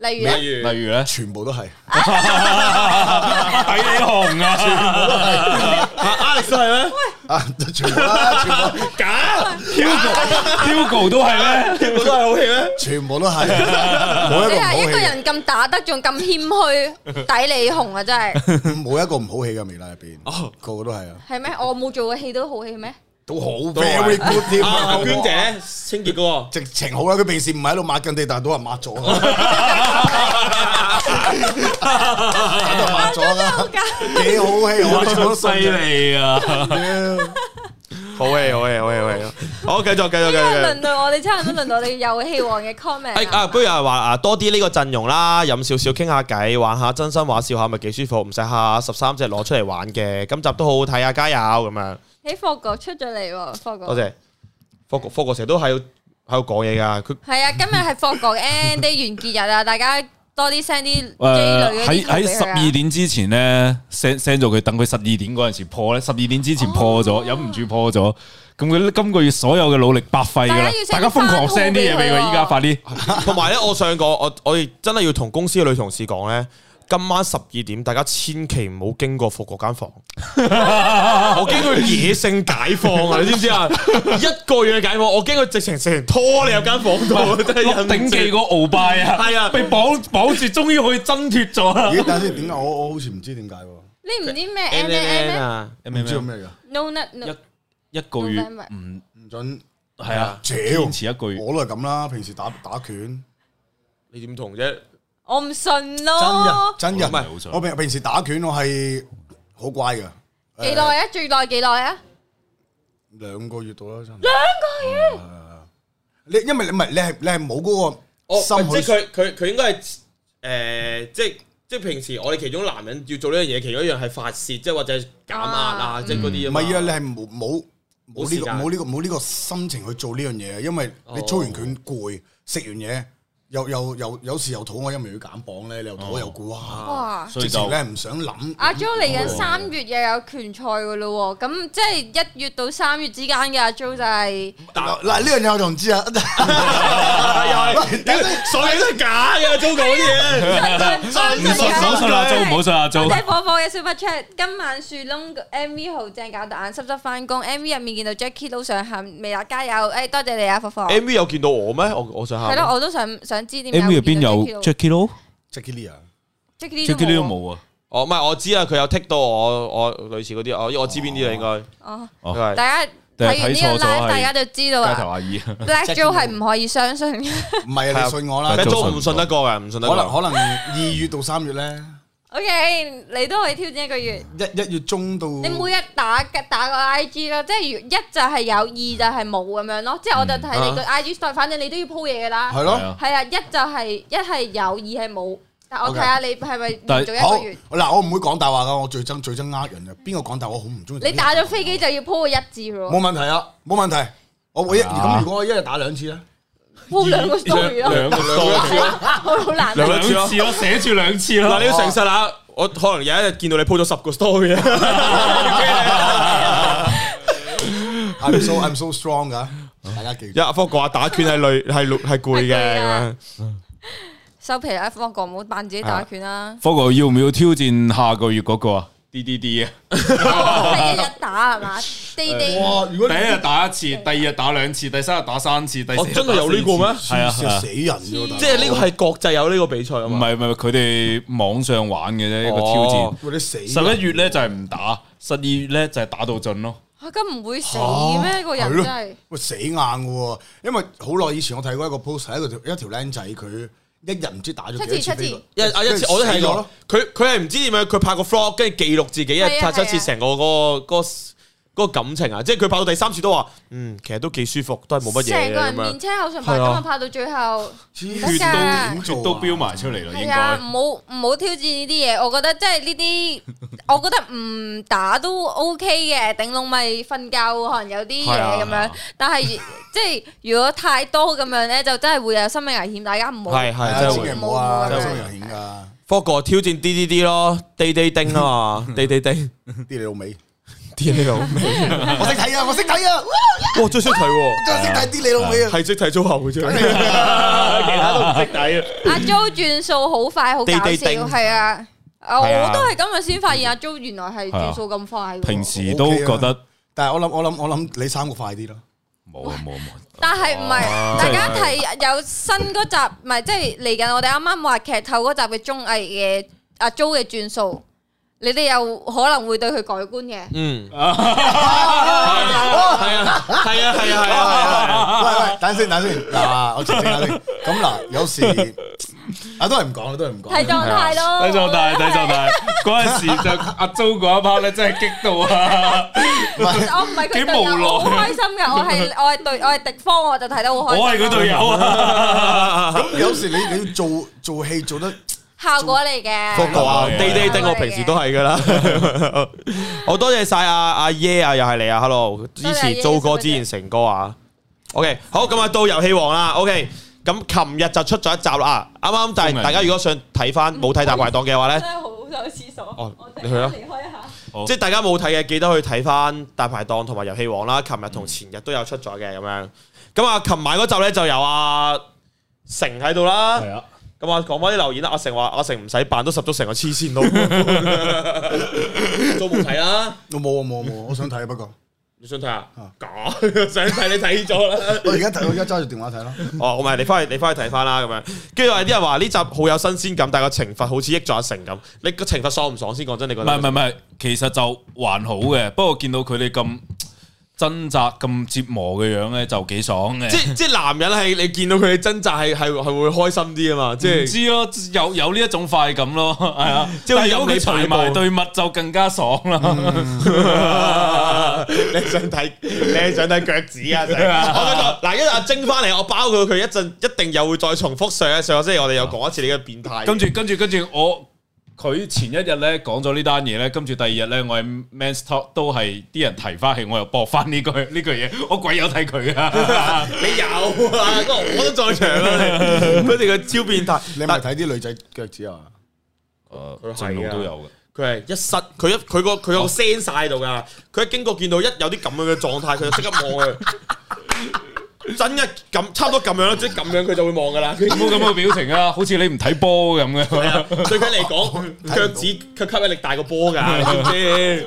例如咧，
例如，
例如咧，
全部 都係。
睇你紅啊，
阿 Alex 係咩？
啊，全部啦，全部
假，
Hugo 都係咩？
全部都係好戲咩？
全部都 係，冇
你係
一
一個人咁打得，仲咁 謙虛，抵你紅啊！真係
個唔好戲，冇一個唔好戲嘅微辣入邊，個個都係啊，
係咩？我冇做過戲都好戲 咩？
都好
係
very good 添
阿
啊，
娟姐清潔嗰
直情好啦，啊佢平時唔係喺度抹緊地，但係都係抹咗，啊喺度抹咗啦，幾好戲，我全部都
哇，
信
犀利啊！
個，好戲好戲好戲好戲。好，繼續繼續繼
因
續
為
繼續
輪。到我哋差唔多輪到你遊戲王嘅 comment
誒
啊
啊，不如係話啊多啲呢個陣容啦，飲少少傾下偈，玩下真心話，笑下咪幾舒服，唔使下十三隻攞出嚟玩嘅。今集都好好睇啊，加油咁樣，
喺霍哥出咗嚟喎，霍哥
多謝。霍哥霍哥成日都喺度喺度講嘢㗎，佢
係啊，今日係霍哥嘅 end day 完結日啊，大家多啲 send 啲 J
誒，
類
喺
嗰啲 clip 俾
喺
佢
十
啊
二點之前咧，send send 咗佢，等佢十二點嗰陣時破咧，十二點之前
哦
破咗，忍唔住破咗。咁佢今個月所有嘅努力白費㗎啦，大
大
家
家要
瘋
send
狂
番號
send 啲嘢俾
俾佢啊
佢，
喎
依家快啲。
同埋咧，我上過我我亦真係要同公司嘅女同事講咧，今晚十二點，大家千祈唔好經過霍嗰間房。我驚佢野性解放啊！你知唔知啊？一個月嘅解放，我驚佢直情成拖你入間房度，真係忍唔住
顶记个鳌拜啊，
係啊
被绑绑住，终于可以挣脱咗啊啦。
咦，等下先，點解我我好似唔知點解喎？唔
你唔知咩 N
N
N N
N
咩
啊，
知道咩㗎？
？No Nut No
一一个月
November
唔
唔准
系啊，
屌
坚持一個月
我都係咁啦。平時打打拳，
你點同啫？
我唔信咯。
真人
我
真人，
都
唔係好想
我平平時打拳我係好乖㗎，
幾耐啊？最耐幾耐啊？
兩個月到啦，嗯真係兩個月。你因為你唔係你係你係冇嗰個
哦，
心
即係
去
佢佢佢應該係誒，即係即係平時我哋其中男人要做呢樣嘢，其中一樣係發泄，即係或者係減壓啊，即係嗰啲
唔
嘛
係啊，你係冇冇冇呢
冇時
個
間
冇呢個冇呢個心情去做呢樣嘢，因為你操完拳攰，食完嘢又又又有時又肚餓，因為要減磅咧，你又肚餓又攰，哇！
哇！
所以
直
就
情咧唔想諗。
阿 Jo 嚟緊三月又有拳賽噶咯喎，咁即係一月到三月之間嘅阿 Jo 就係
嗱嗱呢樣嘢我就唔知啊，
又係，哎所有嘢都係假嘅，做嗰啲嘢。
唔信唔好信阿租，唔好信阿租
即。係火火嘅 Super Chat，今晚樹窿個 MV 好正，搞到眼濕濕翻工。MV 入面見到 Jackie 都想喊，未啊加油！誒，多謝你啊，火火。
M V 有見到我咩？我我想
係
喊。
咯，我都想想知點解
啊 M V 入
邊
边有 Jackie Lou，Jackie
Jackie Lee 啊，
Jackie 都
都
冇
冇
啊。
啊。
哦，唔係我知啊，佢有剔到我我類似嗰啲，我因為我知邊啲啦，應該
哦，
哦
因為。
大家睇完
定係
呢
睇錯
個
咗
live，
係
大家就知道
街頭
啊。
阿姨，
Black
Jackie
Joe 係唔可以相信嘅。
唔係啊，你信我啦，
係
但
可
啊
都唔信得過嘅，唔信得過。
能可能二月到三月咧，
OK，你都可以挑戰一個月。
一一月中到
你每日打打個 I G 咯，即係如一就係有，二就係冇咁樣咯。即係我就睇
嗯
你個 I G story，反正你都要 po 嘢噶啦。
係
係
咯
啊。
係啊，一就係一係有，二係冇。但我睇下你係咪連
但係
續
好
一個月？
嗱，我唔會講大話噶，我最憎最憎呃人嘅。邊個講大話，我好唔中意。
你打咗飛機就要 po 個一字
冇
咯
問題啊，冇問題。我我一
啊
咁如果我一日打兩次咧，
，po 兩個 story 啊咯，
兩
啊
個
好好 難。
兩個字咯
兩次咯，寫住兩次
嗱，
咯
你。要誠實啦，我可能有一日見到你 po 咗十個 story 啊。
I'm so I'm so strong 噶，大家記
一
住。
阿福話打拳係累係累係攰嘅咁樣。
收皮啦，方國唔好扮自己打拳啦，
科哥要唔要挑戰下個月嗰個啊？D D D 啊，
係一日打係嘛？day day
哇！如果
第一日打一次，第二日打兩次，第三日打三次，第四日
哦真係有呢個 咩
係啊係啊
死人嘅，大佬
即係呢個係國際有呢個比賽啊
唔
嘛。
係唔係，佢哋網上玩嘅啫，一個挑戰
哦。
喂你死人
十一月咧就係唔打，十二月咧就係打到盡咯。
嚇，咁唔會死
啊
咩？個人
係咯
真係。
喂死硬嘅喎，因為好耐以前我睇過一個 post，係一個條一條僆仔佢一日唔知打咗幾多
七次
次
七次
飛
一啊一次我都睇咗，佢佢係唔知點樣，佢拍個 vlog 跟住記錄自己
係
嘅
啊
拍
係
七
啊
次成個嗰個嗰個嗰個感情啊，即係佢拍到第三次都話，嗯，其實都幾舒服，都係冇乜嘢啊
成個
嘅咁
人
樣
面。青口唇白咁啊，拍到最後。
哎
黐
哎
得㗎
線點做
血
啊
都飆埋出嚟啦，應
係啊，
該
唔。好唔好挑戰呢啲嘢，我覺得即係呢啲，我覺得唔打都 OK 嘅，頂籠咪瞓覺，可能有啲
係啊
嘢咁樣。但係 即係如果太多咁樣咧，就真係會有生命危險，大家唔好。
係
係
係
啊
真係
千
會
祈。唔好啊，
真
真
係會
係危險㗎，
科哥挑戰 D D D 咯，D D 丁啊嘛，D D 丁
啲你老味。
，D D 老味，
我識睇啊，我 識睇啊，
哇最識睇喎，
真係識睇啲你老味啊！
係識睇粗口嘅啫，其他都唔識睇啊。
阿 Jo 轉數好快，好搞
地
笑，
地定
係啊！啊
係啊
我都係今日先發現阿 Jo 原來係轉數咁快喎。
平時都覺得
但係我諗我諗我諗你三個快 啲咯，
冇啊冇啊 冇啊。
但係唔係，大家睇有新嗰集，唔係即係嚟緊。我哋啱啱話劇透嗰集嘅綜藝嘅阿 Jo 嘅轉數，你哋有可能會對佢改觀嘅。
嗯，係啊係啊係啊係啊係啊，
喂喂，等先等先，嗱，我澄清下先。咁嗱，有 時啊都係唔講啦，都係唔
睇
講。
狀態咯，
睇狀態，睇狀態。嗰陣時就阿 Jo 嗰一 part 咧，真係激到 啊！
我唔係佢
幾
隊
無奈
友，我好開心 㗎。我係我係對我係敵方，我就睇得好
我
開心。
係佢隊友啊！
有時你你要做做戲做得哦
效果嚟嘅。
不過啊，
係啊
滴滴的我平時都係噶啦。好多謝晒阿阿耶啊，又係你啊，hello，支
謝
持
Ye，
租哥
多謝
之前成哥啊。OK，好，咁啊到遊戲王啦。OK，咁琴日就出咗一集啦。啊啱啱，但
恭
係
喜
大家如果想睇
嗯
翻冇睇大排檔嘅話咧，
係好想去廁所
哦我突然間你去啊
離開一下。
好
即係大家冇睇嘅，記得去睇翻大排檔同埋遊戲王啦。琴日同前日都有出咗嘅咁樣。咁啊，琴晚嗰集咧就有阿成喺度啦。
啊，
咁啊，講翻啲留言啦。阿成話：阿成唔使扮都十足成個黐 線佬，做冇睇啦。
我冇啊冇啊冇啊，我想睇啊不過，
你想睇啊？假 想睇你睇咗啦。
我而家睇我而家揸住電話睇啦。
哦，唔係你翻去你翻去睇翻啦咁樣。跟住有啲人話呢集好有新鮮感，但係個懲罰好似益咗阿成咁。你個懲罰爽唔爽先？講真，你覺
唔
得？
係唔係唔係，其實就還好嘅。不過見到佢哋咁掙扎、咁折磨嘅樣咧，就幾爽嘅。
即即男人係你見到佢哋掙扎係係係會開心啲啊嘛，即
唔
係
知咯，有有呢一種快感咯，係啊。
即係好
但
似
係如果佢
任你擺
除
布
埋對襪就更加爽啦。
嗯 你想睇你係想睇腳趾啊！成我想講嗱，因為阿晶翻嚟，我包佢佢一陣一定又會再重複上一上個星期我哋又講一次你嘅變態。
跟住跟住跟住我。佢前一日咧講咗呢單嘢咧，跟住第二日咧，我喺 Men's Talk 都係啲人提翻起，我又駁翻呢句 呢句嘢，我鬼有睇 佢啊！
你有啊？嗰個我都在場啊！你佢哋嘅超變態，
你咪睇啲女仔腳趾啊？
佢
正路都有嘅。
佢係一失，佢一佢個佢有個 sense 喺度㗎。佢一經過見到一有啲咁樣嘅狀態，佢就即刻望佢。真一咁差唔多咁樣啦，即係咁樣佢就會望㗎啦。
冇咁嘅表情啊，好似你唔睇波咁
係
嘅。
啊，對佢嚟講，腳趾佢吸引力大過波㗎，你知唔知？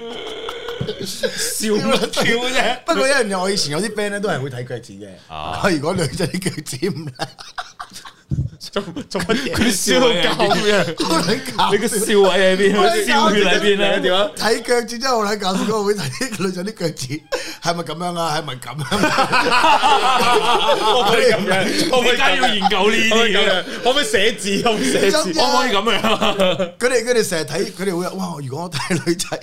笑乜笑啫？
不過一樣嘢，我以前有啲 friend 咧都係會睇腳趾嘅。
啊
佢如果女仔啲腳趾唔靚，
做做乜嘢？
佢笑到咁
嘅，
好撚搞
你個
笑
笑位喺邊？
我哋
笑血喺邊咧？
點啊？
睇腳趾真係好撚搞笑， 我會睇啲女仔啲腳趾係咪咁樣啊？係咪咁樣？
我可以咁樣，我
我而家要研究呢
可唔可以
啲
咁
嘅
樣，， 可唔可以寫字？可唔可以寫字？
真
可唔可以咁樣？
佢哋佢哋成日睇，佢哋會哇！如果我睇 女仔，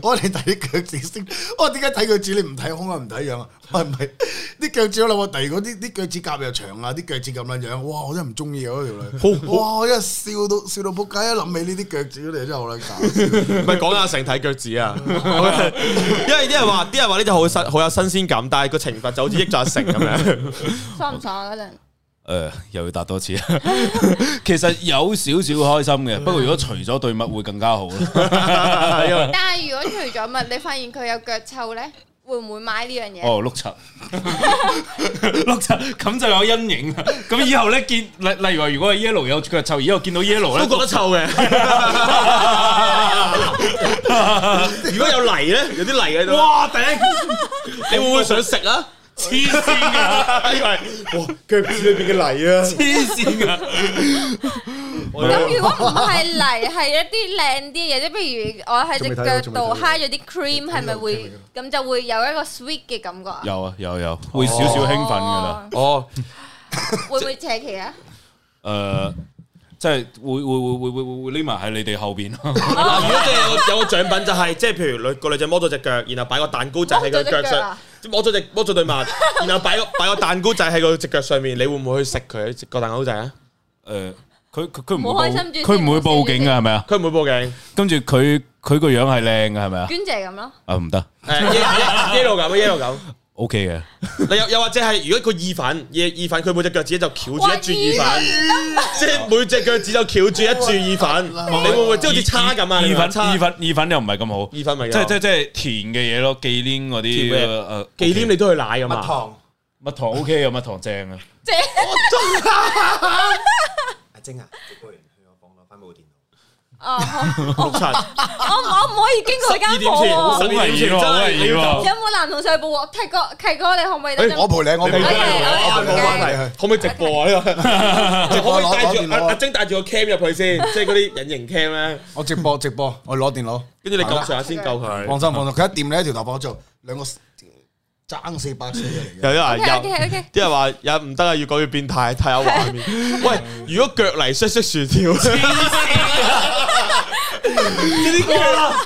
我哋睇啲腳趾先。我點解睇腳趾你唔睇胸啊？唔睇樣啊？喂唔係啲腳趾啦，我突然嗰啲啲腳趾甲又長啊，啲腳趾咁撚樣，哇！我真係唔中意啊嗰條女。哇！我真係笑到笑到仆街，一諗起呢啲腳趾你真係好撚搞 笑。
唔係講阿成睇腳趾啊， 因為啲人話，啲人話呢就好新，好有新鮮感，但係個懲罰就好似益咗阿成咁 樣。
爽唔爽啊？嗰陣
誒、又要答多次，其實有少少開心嘅，不過如果除咗對襪會更加好啦。
因為
但係如果除咗襪，你發現佢有腳臭咧，會唔會買呢樣嘢？
哦，碌柒，碌柒，咁就有陰影啦。咁以後咧見，例例如話，如果係 yellow 有腳臭，以後見到 yellow
都
咧
覺得臭 嘅。如果有泥咧，有啲泥喺度，
哇頂，
你會唔會想食啊？哎
黐線 噶，
因為哇腳趾裏邊嘅泥啊！
黐線噶，
Ừ.
咁如果唔係泥，係一啲靚啲嘅嘢，即係譬如我喺
仲未
隻
睇
腳
到
度
仲未睇到
揩咗啲 cream，係咪
仲未
會
睇
咁就會有一個 sweet 嘅感覺啊？
有啊有有，會少少興奮噶啦。
哦，
會唔會扯旗啊？
誒、即係會會會會會會會匿埋喺你哋後邊咯。
嗱，如果即係有有個獎品就係，即係譬如女個女仔摸咗只腳，然後擺個蛋糕仔喺佢腳
摸咗隻腳
上
啊，
摸咗只摸咗對襪，然後擺個擺個蛋糕仔喺佢只腳上面，你會唔會去食佢食個蛋糕仔啊？
誒，佢佢佢唔
冇
會
開心
報
住先
佢唔會報警噶係咪啊？
佢唔會報警，
跟住佢佢個樣係靚嘅係咪啊？
娟姐咁咯，
啊唔得
誒 yellow 咁 yellow 咁，
，OK 嘅。
你又又或者係如果佢意粉意意粉，佢每隻腳趾就翹住一注意粉
哇，
即係每隻腳趾就翹住一注意粉，你會唔會即係好似叉咁啊？
意
你
意
明唔明
粉
叉
意粉意粉又唔係咁好，
意粉咪
即
有
係即係即係甜嘅嘢咯，忌廉嗰
甜
啲
嘅
誒
忌廉你都去奶㗎嘛？
糖
蜜糖 OK 啊，蜜糖正啊，
即係
阿晶啊，過完去我房攞翻部電腦，
哦，好
六七
我唔我唔可以經過間
二點
房
前，
喎。
十二點前真係
好危險喎好危險
有冇男同事去報鑊？契哥，契哥，你可唔可以等
誒，我
陣？
哎陪你，我陪
你
你，
陪我
我陪你，我陪你去。
可唔可以直播啊？呢個可唔可以帶
攞攞電
住
腦啊
阿阿晶帶住個 cam 入去先，即係嗰啲隱形 cam 咧，
我直播直播，我攞電腦。
跟住你撳上下先救佢。
放心放心，佢一掂你一條頭髮做兩個爭四百四嘅嚟嘅。
有啲
OK OK OK，
啲人話有唔得啊，越講越變態，睇下 畫面。喂，如果腳泥摔摔薯條，呢啲腳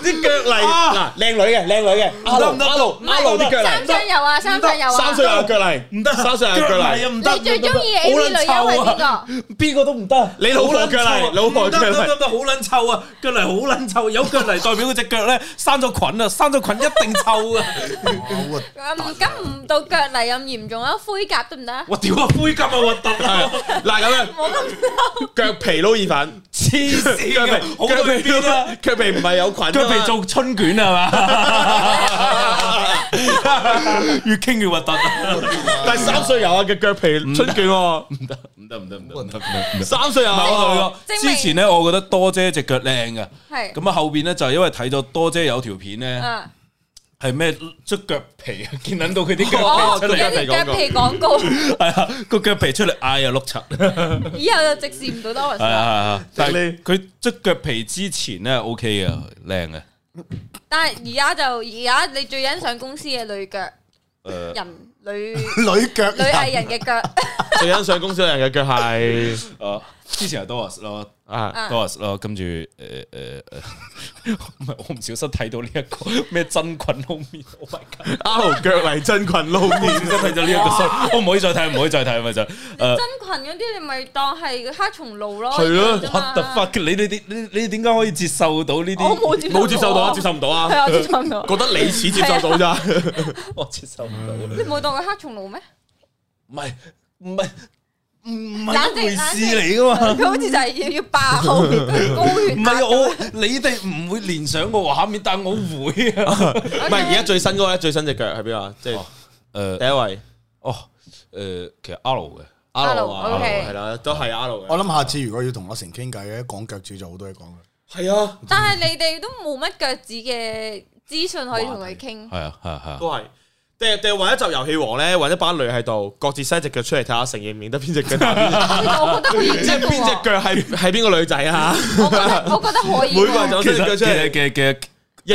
啲腳泥嗱，靚女嘅靚女嘅，阿
得唔
盧
得
阿盧阿盧啲腳
三張
泥，
油啊，三張油啊
三。歲有腳泥，唔得三歲有腳
係
泥
啊，唔
你最中意 A V 女優係邊個？
邊個都唔得，
你老婆腳泥老婆腳泥
唔得唔得唔得，好撚臭啊！腳泥好撚臭，有腳泥代表嗰只腳咧生咗菌啊，生咗菌一定臭啊！
好啊，
唔咁唔到腳泥咁嚴重啊，灰甲得唔得啊？
我屌啊，灰金啊，核突啊！
係嗱咁樣，
冇咁
腳皮撈意粉，
黐線
腳
啊
皮，
好
腳
到
皮
去邊啊？그
腳皮唔係有菌啊嘛，
腳皮做春卷係嘛？越傾越核突。
但系三歲有啊嘅腳皮春卷喎，
唔得唔得唔得唔得唔得唔得。
三歲有
我
啊，
咯，
證
之
明
前咧，我覺得多姐隻腳靚嘅，
係
咁啊後邊咧就因為睇咗多姐有條片咧，
啊，
係咩捽腳 皮啊，見撚到佢啲腳
哦，
皮出
一
嚟，
啲雞皮廣告，
係啊，個腳皮出嚟，哎呀碌柒。
以後就直視唔到 Doris
系
啦。
啊，但系
即係呢
佢捽腳皮之前咧 OK 嘅，靚嘅。
但係而家就而家你最欣賞公司嘅女腳
诶，
人 女
女腳
女藝人嘅腳
最欣賞公司有人嘅腳係
啊，之前係 Doris 咯
啊，
啊
，Doris 咯，跟住诶诶诶，唔係我唔小心睇到呢一個咩真菌撈面，Oh my god！
拗腳泥真菌撈
我唔
面，
小心睇到呢一個衰，我唔可以再睇，唔可以再睇咪就诶
真裙嗰啲，你咪當係黑松露咯。
係咯
啫嘛
，what the fuck！你你你你你點解可以接受到呢
我
啲？
冇接
冇接受到啊，接受唔到
係
啊，
啊，我接受唔 到。
覺得你似接受 到咋，
我接受唔到，
你冇當佢黑松露咩？
唔係唔係唔係
冷靜
一回事嚟噶嘛。
佢好似就係要要爆佢高血
唔
壓
係啊我，你哋唔會聯想個畫面，但我會啊。
唔係而家最新嗰個咧，最新只腳喺邊啊？即係
誒
第一位
哦，誒，其實 R 嘅，
阿
L，
盧啊，哦
OK
係啦，都係阿盧嘅，
我諗下次如果要同阿成傾偈咧，講腳趾就好多嘢講嘅。
係啊，
但係你哋都冇乜腳趾嘅資訊可以同佢傾。
係啊，係啊，係啊。
都係。定定揾一集遊戲王咧，揾一班女喺度，各自伸只腳出嚟睇下，承認唔認得邊只腳打邊隻 腳
其實我覺得可以
即係
傾
邊
嘅
只
喎，
腳係係邊個女仔啊？
我覺得我覺得可以
每個人
喎。
就
其
伸隻腳
實
出
其實
嚟，
嘅嘅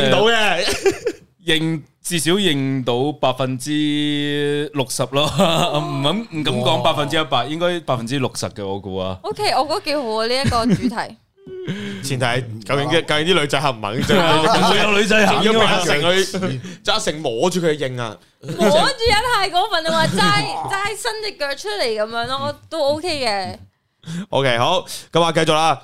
認到嘅。
認至少認到百分之六十咯， 唔敢唔敢講百分之一百，應該百分之六十嘅我估啊。
O K，我覺得幾好啊呢一個主題。
前提係究竟啲究竟啲女仔肯唔肯啫？
唔會 有 女仔行
仲要
㗎
俾阿
嘛？
成去，就阿成摸住佢認啊！
摸住一太過分啊！話齋齋伸只腳出嚟咁樣咯，都 O K 嘅。
OK，好，咁啊，繼續啦。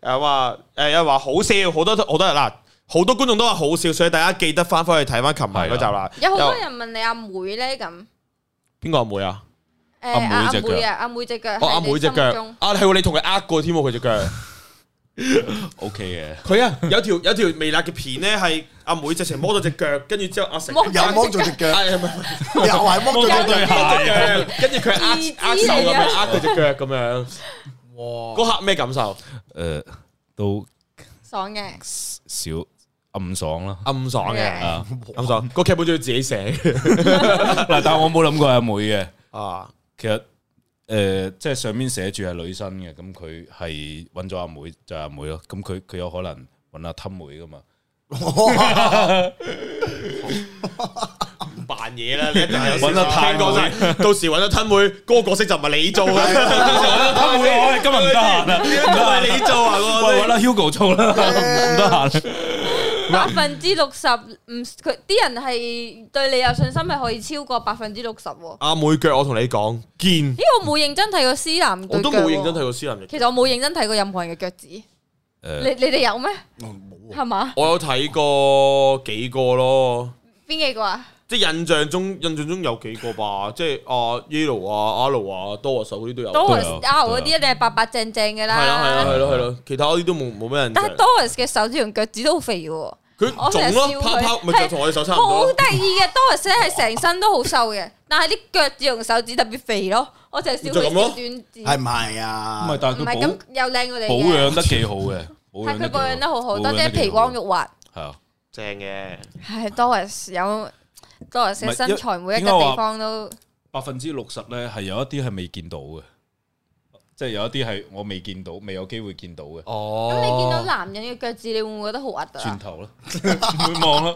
誒話誒又話好笑，好多好多人嗱，好多觀眾都話好笑，所以大家記得翻返去睇翻琴晚嗰集啦。
有好多人問你阿妹咧咁，
邊個阿妹啊？
誒
阿妹
阿
隻腳
妹啊，阿妹只腳，
哦，阿妹只腳啊，係喎，你同佢呃過添喎，佢只腳。
OK
佢啊，有條有條微辣嘅片咧，係阿妹直情摸到只腳，跟住之後阿成
摸
又剝咗隻腳，
哎唔係唔係
又係剝咗隻腳。
係啊跟住佢
二指
握握手咁
嚟
樣，
啊
握佢只腳咁樣。
哇！
嗰刻咩感受？
嘅，誒都
爽嘅，
少暗爽啦。
暗爽嘅，
啊，
暗爽。個劇本仲要自己寫
嗱，但係我冇諗過係阿妹嘅。
啊！
其實诶、呃即係上面寫住係女生嘅，咁佢係揾咗阿妹就係阿妹咯。咁佢佢有可能揾阿吞妹噶嘛？
扮嘢啦，你一定係
搵得太
聽講晒，到時揾咗吞妹，嗰個角色就唔係你做啊！
吞妹，我今日唔得閒啊，
唔係你做啊！嗰個
喂，揾阿 Hugo 做啦，唔得閒。啊
百分之六十唔佢啲人係對你有信心係可以超過百分之六十喎。
阿妹腳，我同你講，堅，
咦，我冇認真睇過思南對
我
腳
都
喎
冇認真睇。過思南嘅，
其實我冇認真睇過任何人嘅腳趾，你
诶，
你哋有咩？
我哦冇啊喎
係嘛？
我有睇過幾個咯。
邊幾個啊？
即係印象中，印象中有幾個吧，即係阿 Yellow 啊、阿 Lou 啊、多啊手嗰啲都有。係
Doris
有
R
都有
嗰啲一定係白白淨淨嘅
啦係啦
啦。
係啦係啦，其他嗰啲都冇冇咩印
但係
象。
Doris 嘅手指同腳趾都好肥嘅喎，
佢
我成
腫
日笑
咯，
佢
泡泡咪就同我哋手差唔
好
多咯。
得意嘅。Doris 咧係成身都好瘦嘅，但係啲腳趾同手指特別肥咯。我成日笑
就
佢
咁
小
咯
短指，
係唔係啊？
唔係，但
唔
係
係
佢
咁又靚過你
保保
嘅。
養得幾好 嘅，保
係
養
佢
得
保養得好好，多
謝
謝皮光
肉。
肉滑。
係啊，
正嘅，
係 Doris 有
唔
Doris 嘅
係
身材，每一
應
個
該話
地方都
百分之六十咧係有一啲係未見到嘅，即係有一啲係我未見到，未有機會見到 嘅。
哦
咁。你見到男人嘅腳趾，你會唔會覺得好核突
轉
啊？
頭啦，唔會望啦。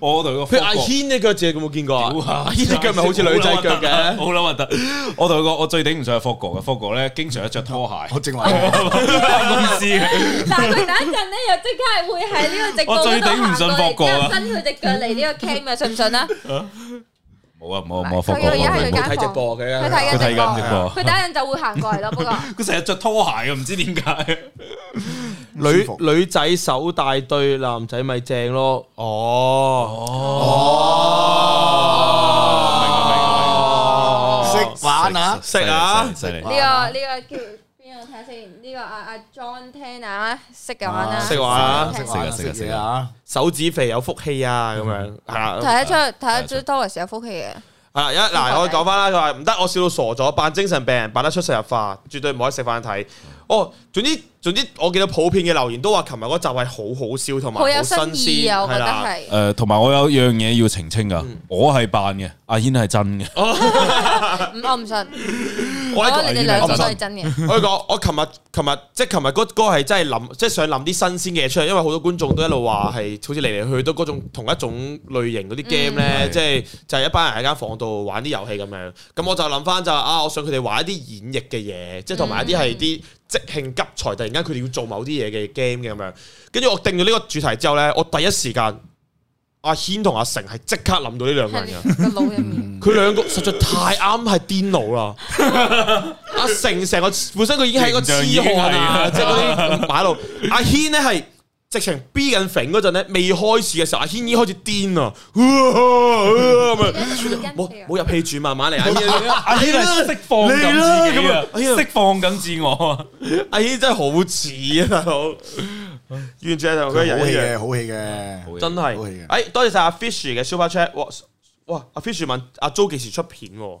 我同佢
譬
個
如阿軒呢腳趾，你有冇見 過
屌
啊
啊？
阿軒呢腳咪好似女仔腳嘅，
好撚核突。我同佢講，我最頂唔上係 f o g 嘅 f o g 咧，經常一着拖 鞋，
我正話
唔知嘅。
但係佢等一陣咧，又即刻係會喺呢個直播
我最
嗰
頂唔
度
順
行
霍
過
哥啊
嚟，之後伸佢只腳嚟呢個 cam 啊，信唔 信啊？
冇啊冇啊冇啊 f
佢
o g
而家係佢
冇
間
睇直播嘅。
佢睇
佢睇緊
緊
直
直
播
播，佢等一陣就會行過嚟咯。不過
佢成日着拖鞋嘅，唔知點解。
女
舒服
女仔手大對，男仔咪正咯。哦，
識玩啊！
識啊
哦犀利犀利犀利
啊
啊
呢個呢個叫邊個睇下先？呢個個阿阿 John Tanner 啊識嘅玩啦，
識玩啊
識
識
玩啊識嘢啊！
手指肥有福氣啊，咁樣係啦。
睇得出睇得出 Doris 有福氣嘅。
係啦，一嗱我講翻啦，佢話唔得，我笑到傻咗，扮精神病人，扮得出神入化，絕對唔可以食飯睇。哦，總之總之，我見到普遍嘅留言都話，琴日嗰集係好好笑同埋
好有
新
新意
鮮，
啊！我
係
覺得
啦。
係。
诶，同埋我有樣嘢要澄清噶，我係扮嘅，阿軒係真 嘅。
哦
唔，我唔信，
我
我
咧
覺
同
得你哋兩個都係真 嘅。
我講，我琴日琴日即係琴日嗰嗰個係真係諗，即係想諗啲新鮮嘅嘢出嚟，因為好多觀眾都一路話係好似嚟嚟去去都嗰種同一種類型嗰啲 game 咧，
嗯
即係就係一班人喺間房度玩啲遊戲咁樣。咁我就諗翻就係啊，我想佢哋玩一啲演繹嘅嘢，即係同埋一啲係啲即興急才，突然間佢哋要做某啲嘢嘅 game 嘅咁樣。跟住我定咗呢個主題之後咧，我第一時間阿軒同阿成係即刻諗到呢兩個人嘅。
係 個腦入面，
嗯佢兩個實在太啱係癲佬啦！ 阿成成個本身佢已經係一個痴漢啊，
形象已經係
即係嗰啲馬路。阿軒咧係直情 B 緊揈嗰陣咧，未開始嘅時候，阿軒已經開始癲啦，哇哇咁樣 冇冇入戲住，慢 慢嚟。阿軒
阿軒係釋放
你啦
緊自己啊，
哎呀
釋放緊自我啊。
阿軒真係好似啊，大佬，完全係同佢個
好
人
戲啊
一樣。
嘅，好戲嘅，
真
好
係
戲嘅，
哎，多謝晒阿 Fish 嘅 Super Chat，哇哇，阿 Fish 問阿 Jo 幾時出片喎？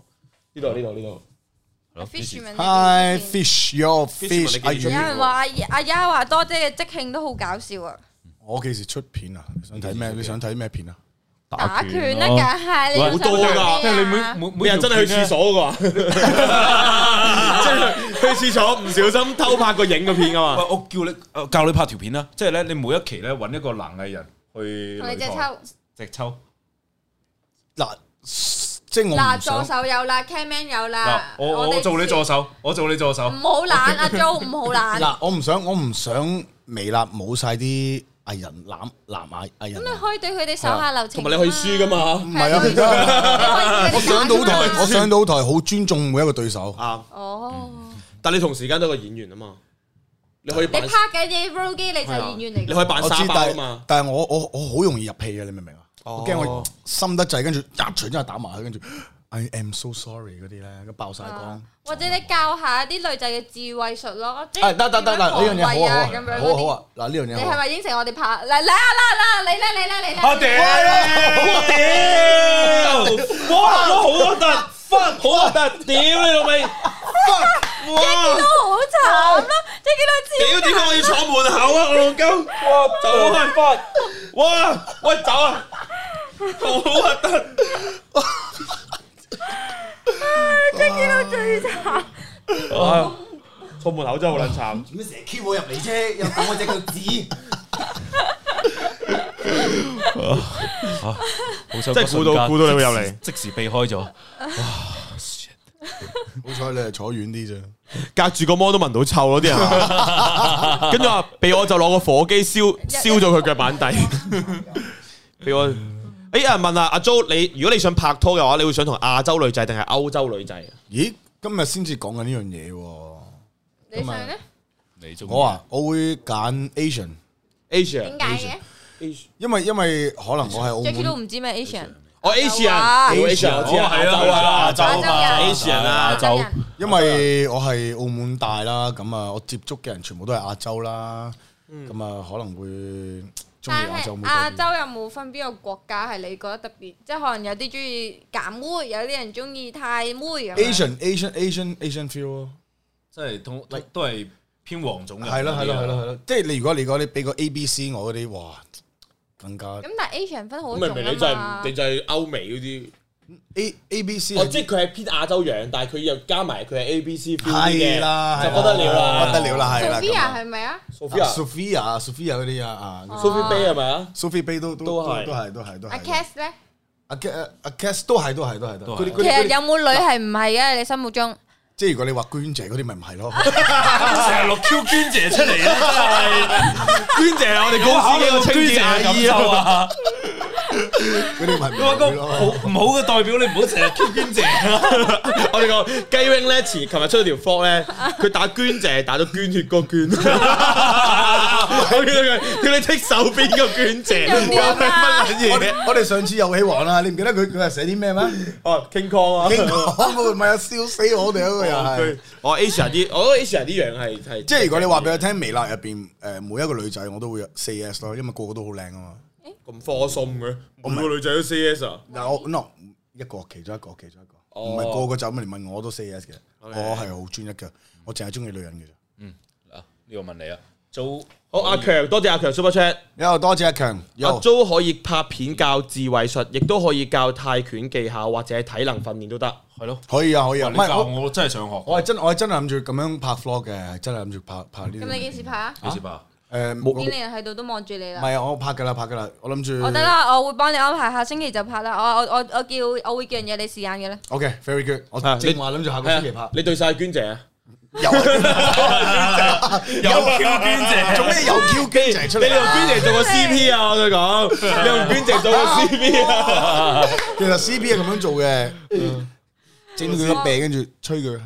呢度呢度呢度。
Fisherman
，Hi fish your fish，
Fish，問你幾
有
時
人話阿阿丫華多姐嘅即興都好搞笑啊！
我幾時出片啊？你想睇咩？你想睇咩片啊？
打拳啊啦，梗係你
好多㗎
即係你每
每
每每
每日啊
條
真係去
片咧
廁 所噶，即係去廁所唔小心偷拍個影嘅片啊嘛。
喂，我叫你呃教你拍條片啦，即係咧，你每一期咧揾一個男藝人去
同你隻
女
抽
房直抽，
嗱，即係我
嗱
唔
助
想。
手有啦，Caman 有
嗱
啦，，
我我
啊哋
做你助手，我做你助手
唔，好懶啊，Jo 唔好懶。
嗱，我唔想，我唔想微辣冇晒啲藝人攬男藝藝人
咁你
啊。
可以對佢哋手下留情，
同埋你可以輸噶，嘛？
唔係啊，佢真係
我
我上到台，我上到台好尊重每一個對手。
啊！
哦，
但你同時間都係個演員啊嘛，你可以
你
扮
拍緊嘢 roll 機，你就係演員嚟
你可以
㗎。
扮
我
沙
知，
包啊
但
嘛
係。但係我我我好容易入戲嘅，你明唔明啊？
哦
我驚我深得滯，跟住一錘真係打埋佢，跟住 I am so sorry 嗰啲咧，咁爆晒光。
或者你教下啲女仔嘅智慧術咯，即
啊得得得得，呢樣嘢好啊
咁樣
好啊好
嗰
啊好
啲
啊，嗱呢樣
你
嘢好
係
啊。
咪應承我哋拍？嚟嚟啊啦啦，你啦你啦你啦！
我屌，我屌，哇，我好核突，fuck，好核突，屌你老味，
都好慘啦，即係
屌，點解我要坐門 口啊？我老鳩，哇，走開翻！哇，喂，走啊！好核突，
見到最慘。
啊坐門口真係好撚慘。
做咩成日 Q 我入嚟啫？又講我隻腳趾。
好想
即係估到估到你會入嚟
即時即時避開咗，
好彩你係坐遠啲啫。
隔住個芒都聞到臭咯，啲人話跟住話俾我就攞個火機燒燒咗佢腳板 底，俾我。哎，有人問啊，阿 Jo，你如果你想拍拖嘅話，你會想同亞洲女仔定係歐洲女仔？啊
咦，今日先至講緊呢樣嘢喎。
你想咧？
你中意
我啊，我會揀 Asian，
Asia，
點解
因為因為可能我係澳
嘅？Jackie 都
門，
唔知咩 Asian，
我哦
啊
Asia，我 Asia，我知
哦係啊
啊，亞洲
係啊亞洲
啊
啊
，Asian 啊，
洲
亞洲人
因為我係澳門大啦，咁啊，我接觸嘅人全部都係亞洲啦，咁啊可能會中
但
意亞洲
係
妹
亞
多
洲
啲。
有冇分邊個國家係你覺得特別？即係可能有啲中意減妹，有啲人中意泰妹咁樣。
Asian Asian Asian Asian feel 咯。
即係通都係偏黃種人，
係咯係咯係
啊
咯係咯，即係你如果你講你俾個 A B C 我嗰啲，哇，更加
咁但係 Asian 分好
我
重
明明你就
啊
係
嘛。
你就係歐美嗰啲，
A A B C
我即係佢係偏亞洲樣，但係佢又加埋佢係 A B C feel 啲
嗯係
嘅，
啦，
就不得了啦，
不得了啦，係啦。咁
Sophia
啊
係咪啊？
Sophia，Sophia
Sophia Sophia 嗰啲啊啊
Bay 係咪 啊？
，Sophia 杯都都
都
都
係
都係都係都
阿
係。
Cass 咧，
阿 Cass 阿 Cass 都係都係都係都
都係
係嗰啲
其
嗰啲
實
嗰
有
啲，
冇女係唔係嘅？你心目中
即係如果你話娟姐嗰啲咪唔 係咯，
成日錄 Q 娟姐出嚟咧，
娟姐係我哋公司嘅清潔阿姨啊！
啊！
嗰啲咪唔
我
會
個好
咯。
唔好嘅代表，你唔好成日 Q 娟姐啊！
我哋個雞 wing 咧，前琴日出咗條 f 咧，佢打捐就係打咗捐血個捐，我見到佢叫你剔手邊個捐 謝，
又點
搞
啊
乜
我
撚嘢？
哋我哋上次遊戲王啊，你唔記得佢佢係寫啲咩咩？
哦，King Kong 啊，
英國咪啊，笑死我哋嗰個又係
哦佢。我 Asia 啲，我覺得 Asia 啲樣係係，
即係如果你話俾我聽，微辣入邊誒每一個女仔我都會 say yes 咯，因為個個都好靚啊嘛。
咁科心嘅，每個女仔都 C S 啊，
嗱我 no 一個其中一個其中一個，
哦
唔係個個就咁嚟問我都 say yes 嘅，我
OK
係好專一嘅，我淨係中意女人嘅啫。
呢個問你啊，做
好阿強，多謝阿強 Super Chat。
又多謝阿強，
阿
又
Jo 可以拍片教智慧術，亦都可以教泰拳技巧或者體能訓練都得。
係咯，
可以啊可以啊，唔
你教
係我
我真係想學，
我係真我係真係諗住咁樣拍 vlog 嘅，係真係諗住拍拍呢啲。
咁你幾時拍啊？
幾時吧？
誒
經
冇
理人喺度都望住你
唔
啦。
係啊，我拍㗎啦拍㗎啦，我諗住。
我得啦，我會幫你安排下星期就拍啦。我我我我叫我會叫人約你時間嘅啦。
OK，very good。我
啊
正
你
話諗住下個星期拍。
你對晒娟姐啊？
又
有 Q 娟姐，
做咩又 Q 機出
你
嚟
用
啊？
娟姐做個 CP 啊！我想 講，你用娟姐做個 CP 啊！
其實 CP 係咁樣做嘅，
嗯
整到佢個病，跟住吹佢。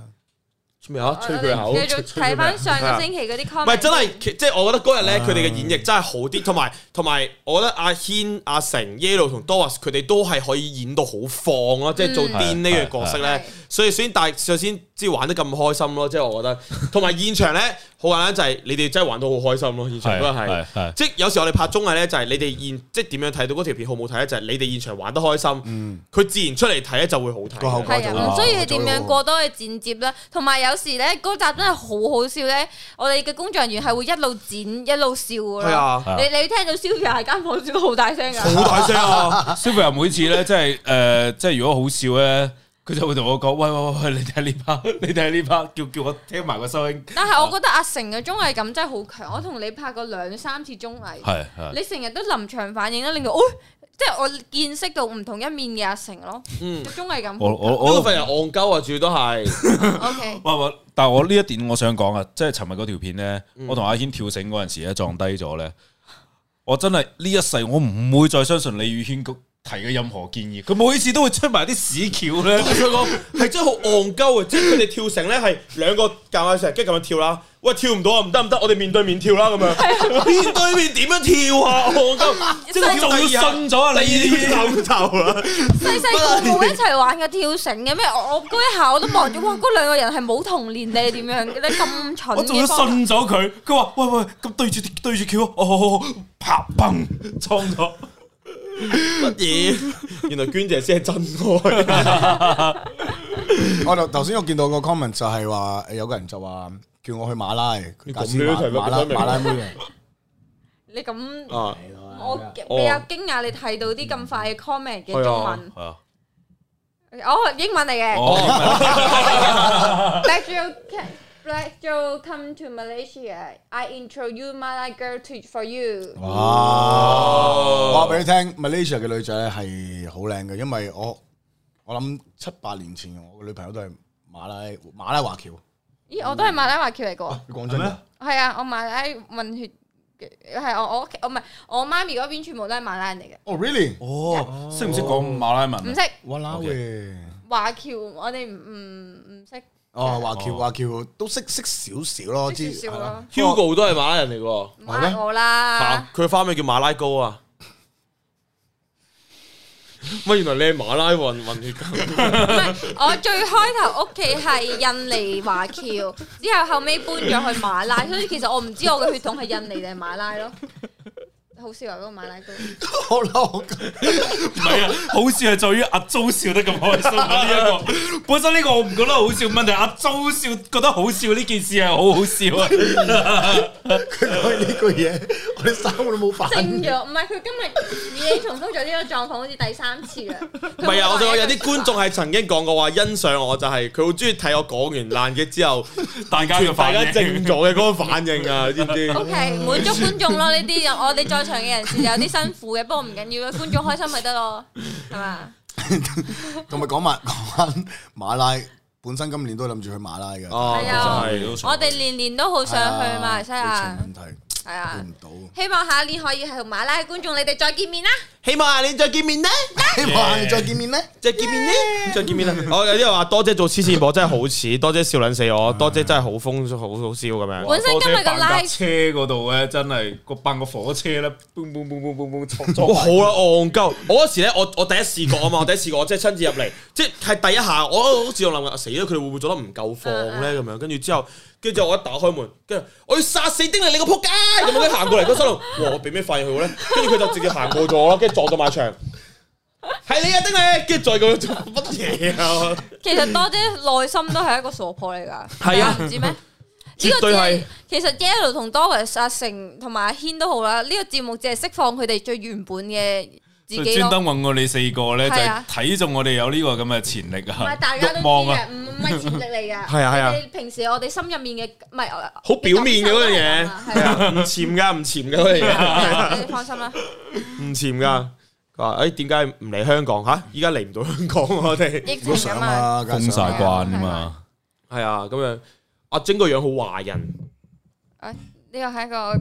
咩啊？吹佢口
我，哋繼續睇翻上個星期嗰啲 comment。
唔係真係，其即係我覺得嗰日咧，佢哋嘅演繹真係好啲，同埋同埋，我覺得阿軒、阿成、Yellow 同 Doris 佢哋都係可以演到好放咯，即係做癲呢個角色
係係係
咧。所以先但係首先即係玩得咁開心咯，即係我覺得。同埋現場咧，好簡單就係你哋真係玩到好開心咯，現場嗰日係。
係
即係有時我哋拍綜藝咧，就係你哋現即係點樣睇到嗰條片好唔好睇咧，就係你哋現場玩得開心，佢自然出嚟睇咧就會好
個效
睇
果。
係啊，唔
哇
需要點樣過多嘅剪接啦，同埋有時咧嗰集真係好好笑咧，我哋嘅工作人員係會一路剪一路笑噶
係
啦。
啊，
係啊啊
你你聽到 Sylvia 喺間房笑得好大聲㗎，
好大聲 啊！
Sylvia 每次咧，即係诶，即係如果好笑咧，佢就會同我講：喂喂喂，你睇呢 part，你 睇呢 part，叫叫我聽埋個收音。
但係我覺得阿成嘅綜藝感真係好強，我同你拍過兩三次綜藝，
係係
你成日都臨場反應啦，令到哦，即係我見識到唔同一面嘅阿成咯，
嗯
個綜藝感
我我
我
我
個份人戇鳩啊，主要都係
OK，
喂喂，但係我呢一點我想講啊，即係尋日嗰條片咧，我同阿軒跳繩嗰陣時咧撞低咗咧，我真係呢一世我唔會再相信李宇軒提嘅任何建議，佢每次都會出埋啲屎橋咧。
佢個係真係好戇鳩啊！即係佢哋跳繩咧係兩個夾硬石，跟住咁樣跳啦。喂，跳唔到啊，唔得唔得，我哋面對面跳啦咁 樣。面對面點樣跳啊？戇鳩，即係
仲要信咗啊！你
你諗頭啦。
細細個冇一齊玩嘅跳繩嘅咩？我我嗰一下我都望咗，哇！嗰兩個人係冇童年定係點樣嘅咧？咁蠢
我仲要
嘅方法
信咗佢，佢話：喂喂，咁對住對住橋，哦好好好，啪砰撞咗。
乜嘢？原來娟姐先係真愛。
我頭頭先我見到個 comment 就係話，誒有個人就話叫我去馬拉，佢
咁
介
你都
紹
提得
馬拉
咁明
馬拉妹嚟。
你咁，
啊！
我比較驚訝你睇到啲咁快嘅 comment 嘅中文，
係啊，
哦英文嚟嘅。
哦，
Black Joe Black Joe come to Malaysia, I introduce Malay girl to for you。
哦哇！話俾你聽，Malaysia 嘅女仔咧係好靚嘅，因為我我諗七八年前我嘅女朋友都係馬拉馬拉華僑。
咦，我都係馬拉華僑嚟嘅
你講真
係
嘅
咩，
喎，係啊，我馬拉混血嘅，係我我屋企，我唔係我媽咪嗰邊全部都係馬拉人嚟嘅，
哦，really？
哦，識唔識講馬拉文
唔
啊？
識
哇啦喂！
華僑，我哋唔唔唔識。
哦，華僑華僑都識識少少咯，知啊
識少少咯。
Hugo 都係馬拉人嚟㗎
唔呃我啦，
喎，佢花名叫馬拉高啊。乜原來你係馬拉混混血㗎？
我最開頭屋企係印尼華僑，之後後尾搬咗去馬拉，所以其實我唔知我嘅血統係印尼定係馬拉咯。好笑啊！嗰個馬 拉哥，
好啦，我
唔係啊，好笑係在於阿周笑得咁開心啊！呢一個本身呢個我唔覺得好笑，問題阿周笑覺得好笑呢件事係好好笑啊！
佢講呢句嘢，我哋三個都冇反應
正。咗唔係佢今日已經重複咗呢個狀況，好似第三次啦。
唔
唔
係啊，我想講有啲觀眾係曾經講過話欣賞我，就係佢好中意睇我講完爛嘅之後，
大家嘅
大
反
家
應
靜咗嘅嗰個反應啊，知唔知？
O K，滿 足觀眾咯，呢啲我哋在場嘅人士有啲辛苦嘅，不過唔緊要啦，觀眾開心咪得咯，係嘛？
同埋講埋講翻馬拉，本身今年都諗住去馬拉嘅，
哦，
係啊
真係
我哋年年都好想去馬來西
疫
亞，
情問題
係啊
去。唔到。
希望下一年可以同馬拉嘅觀眾你哋再見面啦。
希望下年再見面啦，
啊
希望下次再見面咧。
再見面啦，再見面啦。 哦我有啲人話多姐做黐線婆真係好似，多姐笑撚死我，多姐真係好風好好笑咁樣。
本身今日嘅 live
車嗰度咧，真係個扮個火車咧，嘣嘣嘣嘣嘣嘣撞撞
哇，好啦，戇鳩！我嗰時咧，我我第一視覺啊嘛，我第 一視覺，我即係親自入嚟，即係第一下，我好似我諗啊緊，死啦！佢哋會唔會做得唔夠放咧？咁樣，跟住之後，跟住之後我一打開門，跟住我要殺死丁力你個仆街！咁樣跟住行過嚟，個心諗，哇！我俾咩費佢咧？跟住佢就直接行過咗啦，跟住撞到埋牆。係你啊，丁力！跟住再咁樣做乜嘢啊？
其實多姐內心都係一個傻婆嚟㗎，
係啊
你唔 知咩？呢
絕
個
對
只
係
係其實 Yellow 同 Doris 阿成同埋阿軒都好啦，呢個節目只係釋放佢哋最原本嘅自
佢
己
專
咯，
登
唔
揾我哋四個咧，就
係
係
啊
睇中我哋有呢個咁嘅潛力啊
係，大家都
慾
知
望啊，
嘅，唔唔係潛力嚟㗎。
係啊係啊
我哋平時我哋心入面嘅唔係
好表面嘅嗰樣嘢
係啊
唔潛噶，唔潛噶嗰樣嘢。
係啊你放心啦，
唔潛噶。佢話：誒點解唔嚟香港吓？依家嚟唔到香港，我哋
疫
如
情
果想
咁啊，
啊，
封
梗係
晒
想
關
啦
啊嘛，
係啊，咁樣阿晶個樣好華人，
呢個係一個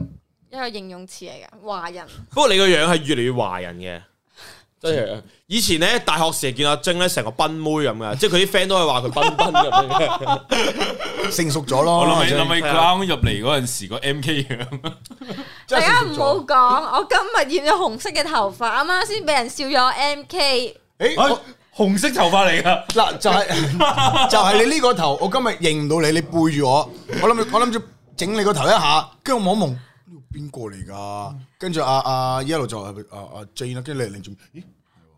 一個形容詞嚟㗎，華人
不過你個樣係越嚟越華人嘅。真係啊，以前咧大學時見阿晶咧成個賓妹咁 嘅，即係佢啲 friend 都係話佢賓賓咁樣嘅。
成熟咗咯。
我諗起
真係
諗起 ground 入嚟嗰陣時個 M K 樣，
大
真係
家
成
唔
熟
好
咗
講，我今日染咗紅色嘅頭髮，啱啱先俾人笑咗 M K。
誒我
哎紅色頭髮嚟噶，
嗱，就係 就係你呢個頭，我今日認唔到你，你背住我，我 諗住我諗住整你個頭一下，跟住我望一望，呢個邊個嚟㗎？跟住阿阿 Yellow 就係阿阿 J 啦，跟住你嚟轉，咦？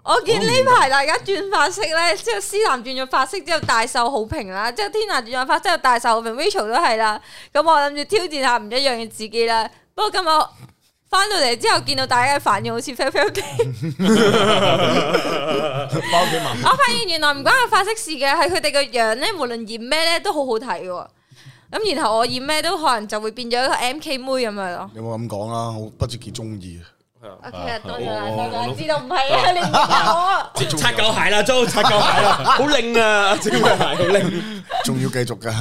我見呢排大家轉髮式咧，之後思南轉咗髮式之後大受好評啦，之後天南轉咗髮式之後大受好評，Rachel 都係啦。咁我諗住挑戰下唔一樣嘅自己啦。不過今日我翻到嚟之後，見到大家嘅反應好似 fail fail 地，
翻屋企問，
我發現原來唔關個髮式事嘅，係佢哋個樣咧，無論染咩咧都好好睇嘅喎。咁然後我染咩都可能就會變咗一個 M K 妹咁樣咯。
有冇咁講啦？我不知幾中意。
O K 啊，多謝
啊
啦，
我
多謝
我
啦，知道唔係啊，你唔好
即係擦狗鞋啦，租擦狗鞋啦，好靚啊！阿晶個鞋好靚。啊
仲要繼續 㗎，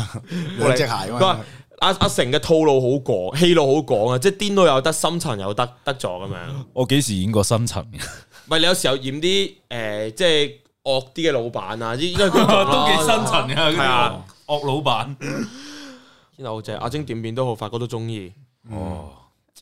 兩隻鞋啊
佢話
嘛。
阿阿成嘅套路好廣，戲路好廣啊，即係癲到又得，深層又得，得咗咁樣。
我幾時演過深層嘅？
唔係你有時候染啲誒，即係惡啲嘅老闆啊，應該
都幾深層嘅，
係啊
嗰啲惡老闆。
天啊好正！阿晶點變都好，發哥都中意。
哦，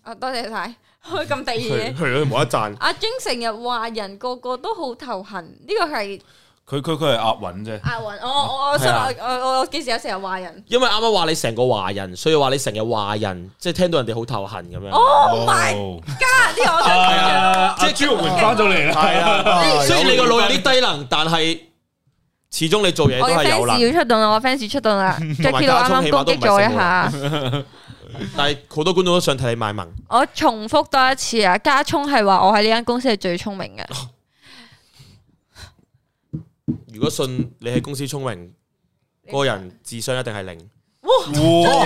我啊多謝晒， 開咁第二
係
嘢。
係咯，啊冇得賺。
阿 j 成日話人個個都好頭痕，呢個係
佢佢佢係押韻啫，
押韻。我我我
係啊
想我我我幾時有成日話人？
因為啱啱話你成個華人，所以話你成日華人，即係聽到人哋好頭痕咁樣。
Oh my
哦
god！呢個我想講嘅。
即係朱玉梅翻咗嚟啦，係啊，
啊
雖然你個腦有
有
啲低能，但係始終你做嘢
我
都
嘅
係有能，
fans 要出動啦，我 fans 出動啦，Jackie
加蔥
佬啱
起
啱
碼
攻
都唔
擊
係
咗一下，
但係好多觀眾都想睇你賣萌。
我重複多一次啊！加聰係話我喺呢間公司係最聰明嘅，
如果信你喺公司聰明，個人智商一定係零。
哇，
哦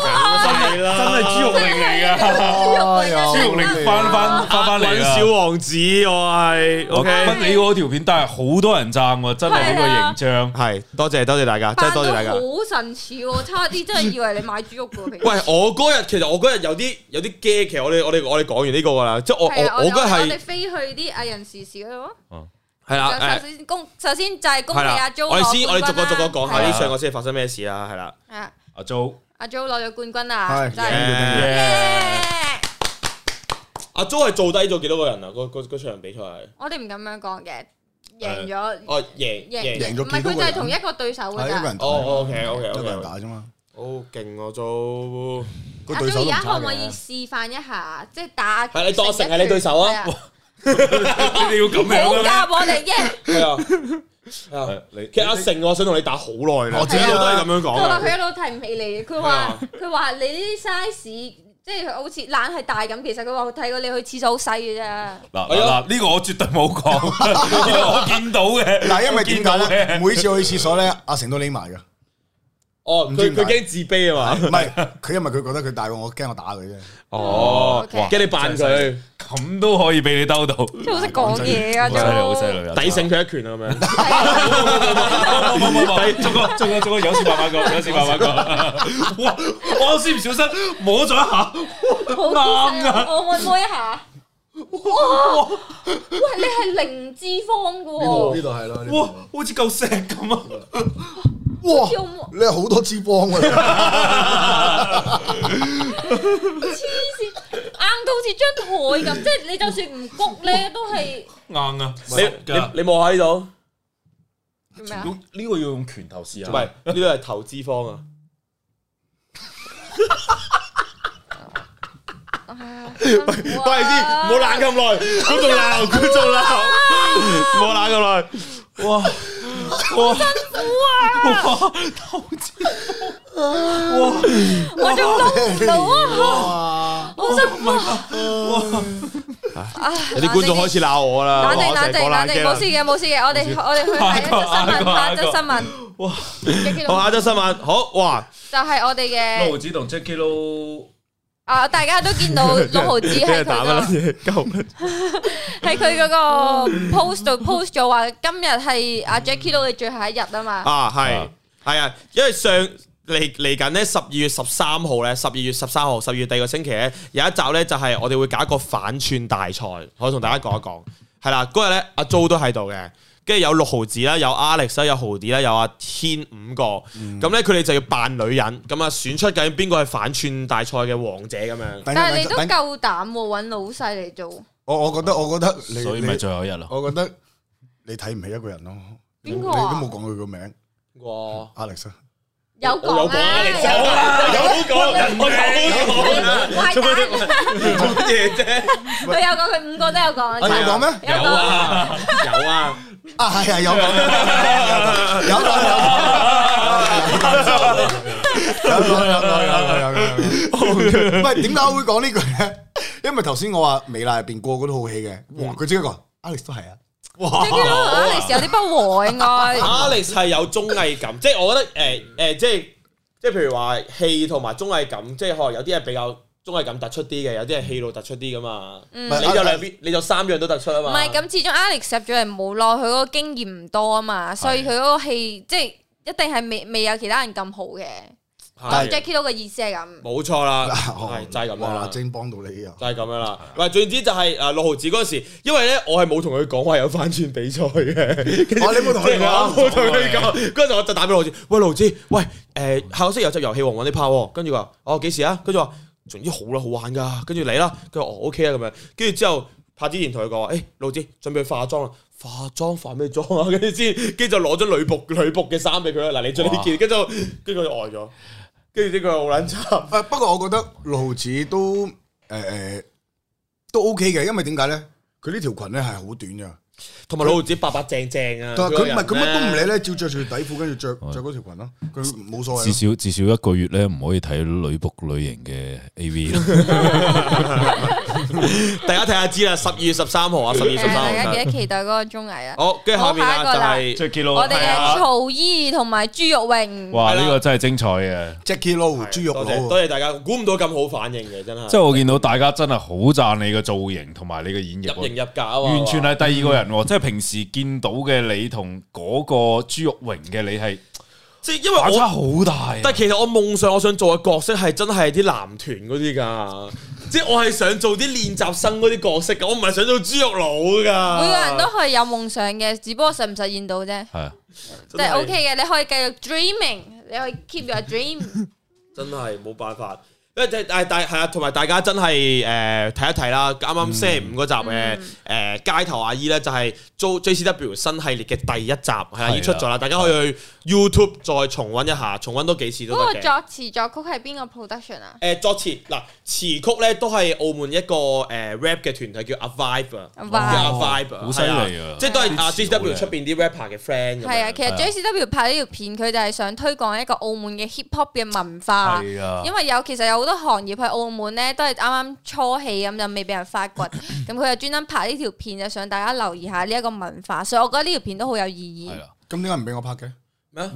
係
真係朱玉明嚟噶，
哎呀
朱玉明翻翻翻翻嚟啦。
啊小王子，我係
我
OK，
跟你嗰條片，但係好多人讚喎，真係呢個形象。
係多謝多謝大家，真係多謝大
扮
家
到。好神似喎，差啲真係以為你買豬肉嘅喎。平時
喂，我嗰日其實我嗰日有啲有啲驚，其實我哋我哋我哋講完呢個噶啦，即係我
係啊
我我嗰
我
日係
哋飛去啲藝人時事嗰度啊。
係啦誒。
首先恭，首先就係恭喜
係
阿
啦
Jo，，
我哋先，我哋逐個逐個講下
係
呢
啊
上個星期發生咩事啦，係啦，
啊，
阿 Jo，
阿 Jo 攞咗冠軍啦，
哎係
哎真係
耶。
耶
阿 Jo 係做低咗幾多個人啊？嗰嗰嗰場比賽係，
我哋唔咁樣講嘅，贏咗
哦贏贏，
贏咗
唔係佢就
幾多個
係
人
同一個對手㗎
係一個
咋。
人打，
哦 OK OK
一個人
OK，
打啫嘛。
好啊勁我 Jo，
個
阿
對
Jo
手
啊而
都唔
家
差
可唔可以
嘅。
示範一下，即係打？
係你當成係你對手啊
係
你哋要咁
好
樣
夾
嘅
我哋耶！
係啊，係啊
咩？
其實阿成我想同你打好耐啦，
我
我
知
一
啊
路都係咁樣
佢話
講
佢
嘅，
一路提唔起你，佢
係
話
啊
佢話你呢啲 size 即係好似懶係大咁，其實佢話睇過你去廁所好細嘅啫。
嗱
係啊
嗱，呢個我絕對冇 講，呢個我見到嘅。
嗱，因
我
為點解
見到
咧？
嘅
每次我去廁所咧，阿成都匿埋㗎。
哦，
唔
佢
知點
佢
解
驚自卑啊嘛，
唔係佢，因為佢覺得佢大過我，驚我打佢啫。
哦
OK 哇
驚你扮佢，
咁都可以俾你兜到，好
真係好識講嘢啊！
犀利，好犀利！
抵醒佢一拳啊咁 樣，
冇冇冇冇，中個中個中個，有事慢慢講，有事慢 慢講。哇！我先唔小心摸咗一下，
好
啱啊
我我摸一下，喂，你係零脂肪噶
度
喎
哦呢，度係咯呢
哦哇，
度，
好似嚿石咁 啊！
哇
有冇
你有好多脂肪啊！
아,
黐線，硬到好似張台咁，即係你就算唔谷咧，都係
硬啊，
你你你望下呢度，
叫咩啊？
呢個要用拳頭試下。
唔係呢度係投資方 啊。
喂
懶咁耐，觀眾鬧，觀眾鬧，唔好懶咁耐。
哇哇哇！投資哇
我仲諗 唔到啊，
哇
好辛苦啊！
有啲觀眾開始啊鬧我啦，
冷靜冷靜冷靜，
靜
冇事嘅冇事嘅，我哋我哋去睇一則新聞，下一則新聞
哇！
嘅
好，啊下一
結
則新聞，好哇，
就係我
六
哋 嘅
毫子同 Jackie Lou
啊，大家都見到六毫子喺佢 個
嘢，鳩
喺佢嗰個 post 度 post 咗話，今日係阿 Jackie Lou 嘅最後一日啊嘛，
啊，係
啊
係啊，因為上嚟嚟緊咧，十二月十三號咧，十二月十三號，十二月第二個星期咧，有一集咧就係我哋會搞一個反串大賽，我同大家講一講。係啦，嗰日咧阿 Jo 都喺度嘅，跟住有六毫子啦，有 Alex 啦，有豪啲啦，有阿天五個，咁咧佢哋就要扮女人，咁啊選出究竟邊個係反串大賽嘅王者咁樣。
等
但係你
陣
都
等陣
夠膽喎，揾老細嚟做，
我我覺得我覺得你
所以咪
你
最後一日咯。
我覺得你睇唔起一個人咯。你
邊個
你
啊
都冇講佢個名
哇！
，Alex 啊。
有
有
講啊，
講啊有講人名，
你怪蛋，
做乜嘢啫？
佢有講，佢五個都有講，
啊有講咩
有講。
啊，有啊。
啊，係啊，有講有講有講有講有講有講有講。唔係點解我會講呢句咧？因為頭先我話美娜入邊個個都好戲嘅，
嗯
哇！佢即刻講 Alex 都係啊，
Jackie Lou 同 Alex 有啲不和應該，
Alex 係有綜藝感， 即係我覺得誒誒、即係即係譬如話戲同埋綜藝感，即係可能有啲係比較綜藝感突出啲嘅，有啲係戲路突出啲噶嘛。
嗯
唔係
你就兩邊，你就三樣都突出啊
唔
嘛。
係咁，始終 Alex 入咗嚟冇耐，佢嗰個經驗唔多啊嘛，所以佢嗰個戲即係一定係未未有其他人咁好嘅。
係，
Jackie Lou 嘅意思係咁，
冇錯 啦，
哦
係就係咁樣
哇！
啦。
晶幫到你啊！
就係咁樣啦，喂，總之就係誒六毫子嗰陣時，因為咧我係冇同佢講話有反轉比賽嘅， 跟住
哦你冇同佢
即係我
講
冇同佢講，嗰陣我就打俾六毫子，喂六毫子，喂誒下個星期有隻遊戲王揾你拍喎，跟住佢話哦幾時啊？跟住話總之好啦，好玩噶，跟住嚟啦，跟住哦 OK 啊咁樣，跟住之後拍之前同佢講話，誒六毫子準備去化妝啦。化妝化咩妝啊？跟住先， 跟住就攞咗女仆女仆嘅衫俾佢啦。嗱，你着呢件，跟住就跟住佢就呆咗，跟住呢佢好撚慘。
誒，啊不過我覺得六毫子都誒誒都 OK 嘅，因為點解咧？佢呢條裙咧係好短㗎，
同埋老子白白淨淨啊！
但係
個
佢
人
唔係佢乜都唔
咧
理咧，照着住底褲跟住着着嗰條裙咯，佢冇所謂
至
咯。
少至少一個月咧，唔可以睇女仆類型嘅 A V 咯。
大家睇下知啦，十二月十三號啊，十二月十
誒大
三
家
號。
記得期待嗰個綜藝啊！
好，跟住下面
好下一個
啊
啦
就係
Jackie Lou，
我哋
係啊
嘅曹依同埋朱玉榮，
哇，
係啦
呢個真係精彩啊嘅。
Jackie Lou 豬肉
多
佬
謝
啊。
多謝大家，估唔到咁好反應嘅，真
即
係
係我見到大家真係好讚你嘅造型同埋你嘅演繹
入型
喎，
入格啊！
完全係第二個人喎。即係平時見到嘅你同嗰個朱玉榮嘅你係
即係因為
反差
我，
好大啊。
但係其實我夢想我想做嘅角色係真係啲男團嗰啲㗎，即係我係想做啲練習生嗰啲角色㗎，我唔係想做豬肉佬㗎。
每個人都係有夢想嘅，只不過實唔實現到啫，
係啊
即
真
係 OK 嘅，你可以繼續 dreaming，你可以 keep your dream。
真係冇辦法。因為但係但係係啊，同埋大家真係誒睇一睇啦。啱
嗯
啱星期五嗰集嘅
嗯
誒街頭阿姨咧，就係 J J C W 新系列嘅第一集係啊
啊
啦，已經出咗啦。大家可以去 YouTube 再重温一下，重温多幾次都
嗰個
得嘅。
作詞作曲係邊個 production 啊
誒作詞嗱詞曲咧都係澳門一個誒 rap 嘅團體叫 Avive
哦
啊，叫 Avive，
好犀利啊
即係都係阿
啲詞
J
好
C W
靚
出邊啲 rapper 嘅 friend 咁樣。
係啊，其實
係啊
JCW 拍呢條片，佢就係想推廣一個澳門嘅 hip hop 嘅文化。
係啊
因，為有其實有好多行業喺澳門咧，都係啱啱初起咁，就未俾人發掘。咁佢就專登拍呢條片，就想大家留意下呢一個文化。所以我覺得呢條片都好有意
係啊
義。
啦，
咁點解唔俾我拍嘅？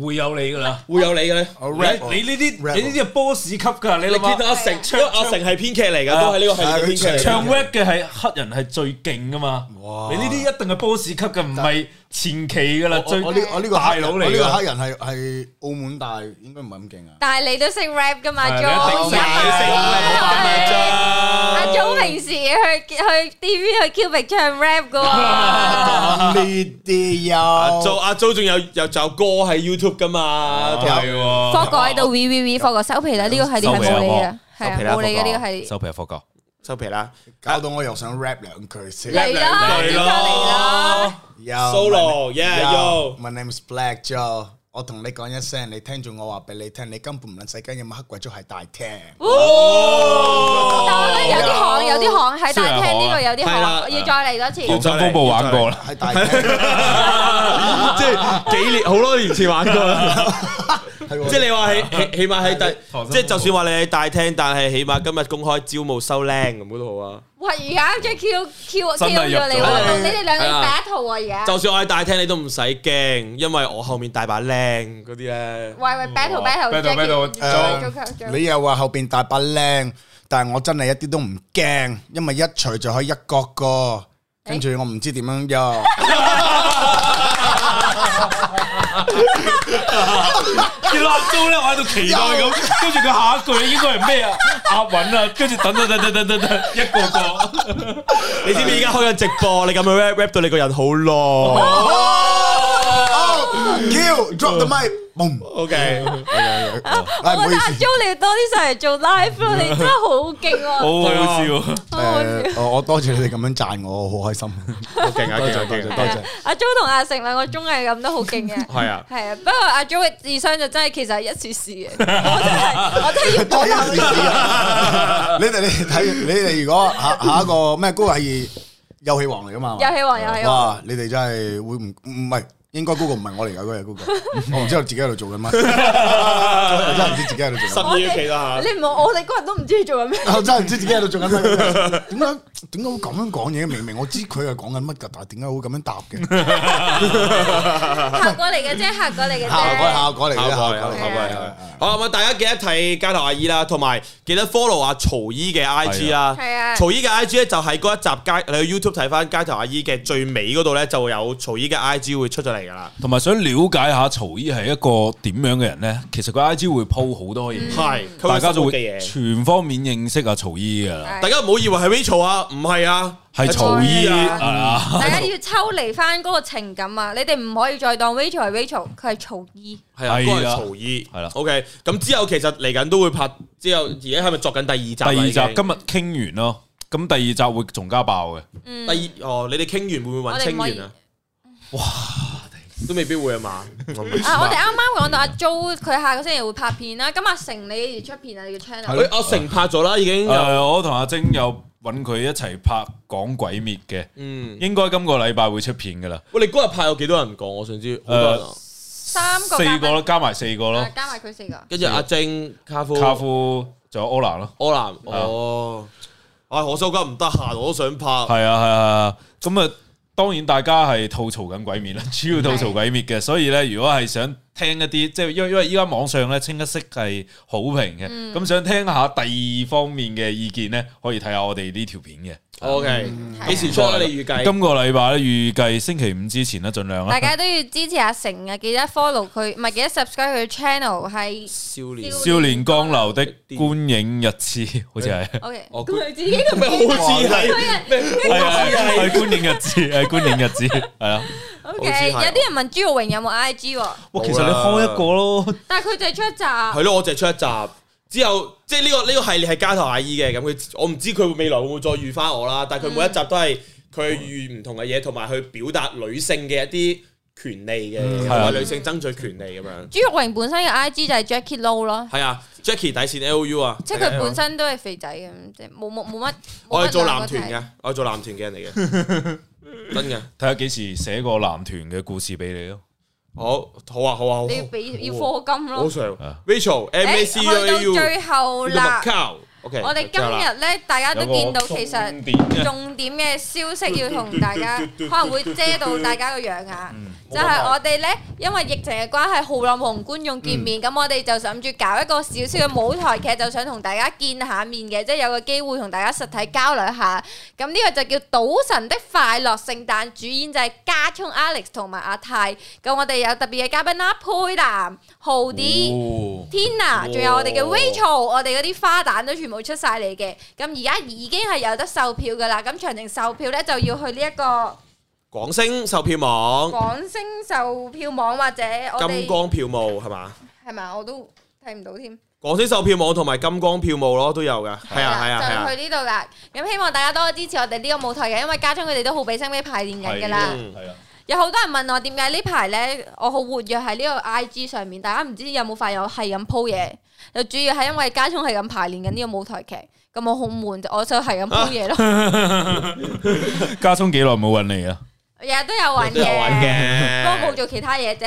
會有你噶啦。
會有你嘅咧。
我
你
rap
你呢啲
rap
你呢啲係 boss 級噶，你
你見
諗
到阿
下
啊
成，因為阿成係編劇嚟㗎，都係呢個系列嘅編劇嚟㗎。
唱 rap 嘅係黑人係最勁噶嘛。
哇
你呢啲一定係 boss 級嘅，唔係前期噶啦，
我
最
我呢我呢個
大
黑人
佬
我
Oh, 嚟
呢個
噶
黑。人係係澳門大，應該唔係咁勁啊。
但係你都識 rap 噶嘛
係
Jo？
你一定識
阿 Jo 平時去去 TV 去 Cubic 唱 rap 噶喎，
呢啲又
阿周阿周仲有 à, 有就歌喺 YouTube 噶嘛，同埋
喎
科哥喺度 V V V，科哥收皮啦，呢個系列係冇你嘅，係啊冇你嘅呢個系列。
收皮啊，科哥。
收皮啦
搞到我又想 rap 兩句先。
嚟啦，即刻嚟啦！
Yo,
Solo，
my-
yeah, yo
My name is Black Joe。我同你講一聲，你聽住我話俾你聽，你根本唔撚使跟有冇黑鬼咗係大廳。
但我覺得有啲行有啲行喺，但係聽呢個有啲
係啦
行，要再嚟多次。
廣州風暴玩過啦，
係大廳，
即係幾年好多年前玩過啦。
係
即係
係
你話起起起碼喺大
唐僧，
即係就算話你喺大廳，但係起碼今日公開招募收靚咁都好啊。
喂，而家 J Q Q Q
真係入
咗你
咗
喎，
嚟
你哋兩個
係
要
啊
battle 啊而家。
就算我喺大廳，你都唔使驚，因為我後面大把靚嗰啲 咧。
喂喂，battle
哇
battle
battle battle，
誒
battle，
你又話後邊大把靚，但係我真係一啲都唔驚，因為一除就可以一個個，跟住我唔知點樣喐。
原來租咧，我喺度期待咁，跟住佢下一句應該係咩啊？押韻啊，跟住等等等等等等等，一個個
你知唔知而家開緊直播？你咁樣 rap rap 到你個人好囉。
哦，Q drop the mic，boom，
O K，
哎唔
我
好
覺
意
得阿
思
Jo 你要多啲上嚟做 live 咯，你真係好勁喎！
好好笑。
哦啊
誒，我我多謝你哋咁樣讚我，我好開心。
好勁啊！勁啊！勁啊！
多謝
阿 Jo 同阿成兩個綜藝咁都好勁嘅，
係啊
係啊。不過阿 Jo 嘅智商就真係其實係一次 試嘅，我真係我真係要
多
多
一
啖
次啊！ 你哋你哋睇，你哋 如果下下一個咩高係遊戲王嚟噶嘛？
遊戲王遊戲王
哇！你哋真係會唔唔係？應該 Google 唔係我嚟㗎，嗰日 Google，我唔知道自己喺度做緊乜，我真係唔知自己喺度做緊乜。
深夜 期啦
你唔好，我哋嗰人都唔知你 做緊咩。
我真係唔知自己喺度做緊乜。點解點解會咁樣講嘢？明明我知佢係講緊乜㗎，但係點解會咁樣答嘅？
效果嚟嘅啫，效果嚟嘅
效果
啫。
效果嚟嘅，
效
效
果
果
嚟
嚟
效果嚟
嘅。
好咁啊！大家記得睇街頭阿姨啦，同埋記得 follow 阿曹姨嘅 IG 啦。
係啊
曹姨嘅 IG 咧就喺嗰一集街，你去 YouTube 睇翻街頭阿姨嘅最尾嗰度咧，就有曹姨嘅 IG 會出咗嚟噶啦。
同埋想了解下曹姨係一個點樣嘅人咧，其實佢 I G 會 po 好多嘢，
係佢會
大家就
support 嘅
會
嘢
全方面認識阿曹姨噶啦，
大家唔好以為係 Rachel 啊，唔係啊，
係曹姨
嗯
啊，
大家要抽離翻嗰個情感啊！你哋唔可以再當 Rachel 係 Rachel，佢係曹姨。
係啊，
係啊
嗰個係曹姨，
係啦
OK，咁之後其實嚟緊都會拍，之後而家係咪作緊第二集
第
啊？
二
已
集
經
今日傾完咯，咁第二集會仲加爆嘅，
第二哦，你哋傾完會唔會揾清源啊？哇，都未必會啊嘛。我唔知
啊！我哋啱啱講到阿 Jo，佢下個星期會拍片啦。咁阿成你出片啊，你嘅 channel。
誒阿成拍咗啦，已經嗯有
誒，我同阿晶有揾佢一齊拍講鬼滅嘅，
嗯。
應該今個禮拜會出片噶啦，
喂，你嗰日派有幾多人講？我想知。好多人啊
三個
四
嘉
個
賓
啦，加埋四個咯
啊，加埋佢四個。
跟住阿晶、卡夫、
卡夫仲有 Ola 咯。
柯南。哦，唉，我收家唔得閒，我都想拍。
係啊係啊，咁啊，當然大家係吐槽緊鬼滅啦，主要吐槽鬼滅嘅，所以咧，如果係想聽一啲，即係因為因為依家網上咧清一色係好評嘅，咁、想聽下第二方面嘅意見咧，可以睇下我哋呢條片嘅。
O K，幾時出咧？你預計？
今個禮拜咧，預計星期五之前咧，盡量啦
大。家都要支持阿成啊！記得 follow 佢，唔係記得 subscribe 佢 channel 係。
少年。
少年江流的觀影日誌， 好似係
OK，
哦
咁
佢
佢自己都唔
咩好似係咩？
係係係觀啊影日誌，係觀影日誌，係啊。
好
OK。
似係
有啲人問朱浩榮有冇 IG 喎，
哇，其實你開一個咯，
但係佢就係出一集。
係咯，我就係出一集。之後即係呢個呢個系列係街頭阿姨嘅，咁佢我唔知佢未來會唔會再遇翻我啦。但係佢每一集都係佢遇唔同嘅嘢，同埋去表達女性嘅一啲權利嘅，同
係啊
埋女性爭取權利咁樣。
朱玉榮本身嘅 IG 就係 Jackie Low 咯，
係啊，Jackie 底線 L U 啊，
即係佢本身都係肥仔嘅，即係冇冇冇乜。
我
冇
係
乜
做
兩個
男團
睇
嘅，我係做男團嘅人嚟嘅， 真嘅。
睇下幾時寫個男團嘅故事俾你咯。
好，好啊，好啊，好啊。
你要俾要
好啊
課金
好
咯。
想
啊
Rachel M A
誒
C
去
U A
到
U
最後
呢個
啦，
Macau OK，
我哋今
最後啦
日咧，大家都見到其實
點嘅
重點嘅消息要同大 家，可能會遮到大家個樣啊。
嗯
就係我哋咧，因為疫情嘅關係，好耐冇同觀眾
嗯
見面，咁我哋就諗住搞一個小小嘅舞台劇，就想同大家見下面嘅，即係有個機會同大家實體交流一下。咁呢個就叫《賭神的快樂聖誕》，主演就係加聰 Alex 同埋阿泰。咁我哋有特別嘅嘉賓啦，佩南、浩啲。
哦
Tina，仲有我哋嘅
哇
Rachel，我哋嗰啲花旦都全部出晒嚟嘅。咁而家已經係有得售票噶啦，咁長程售票咧就要去呢一個
廣星售票網、
港星售票網或者我
金
哋
光票務係嘛？
係咪啊？我都睇唔到添。
廣星售票網同埋金光票務咯，都有嘅。係啊，係啊，係啊
就。去呢度啦。咁希望大家多支持我哋呢個舞台嘅，因為家長佢哋都好俾心機排練緊㗎啦。
嗯
係啊，
有好多人問我點解呢排咧，我好活躍喺呢個 I G 上面，大家唔知有冇發現我係咁 po 嘢？就主要係因為家聰係咁排練緊呢個舞台劇，咁我好悶，我就係咁
啊
po 嘢咯。
家聰幾耐冇揾你啊？
日日都有揾
都有玩
嘅，不過
嘅
冇。做其他嘢
係
啫。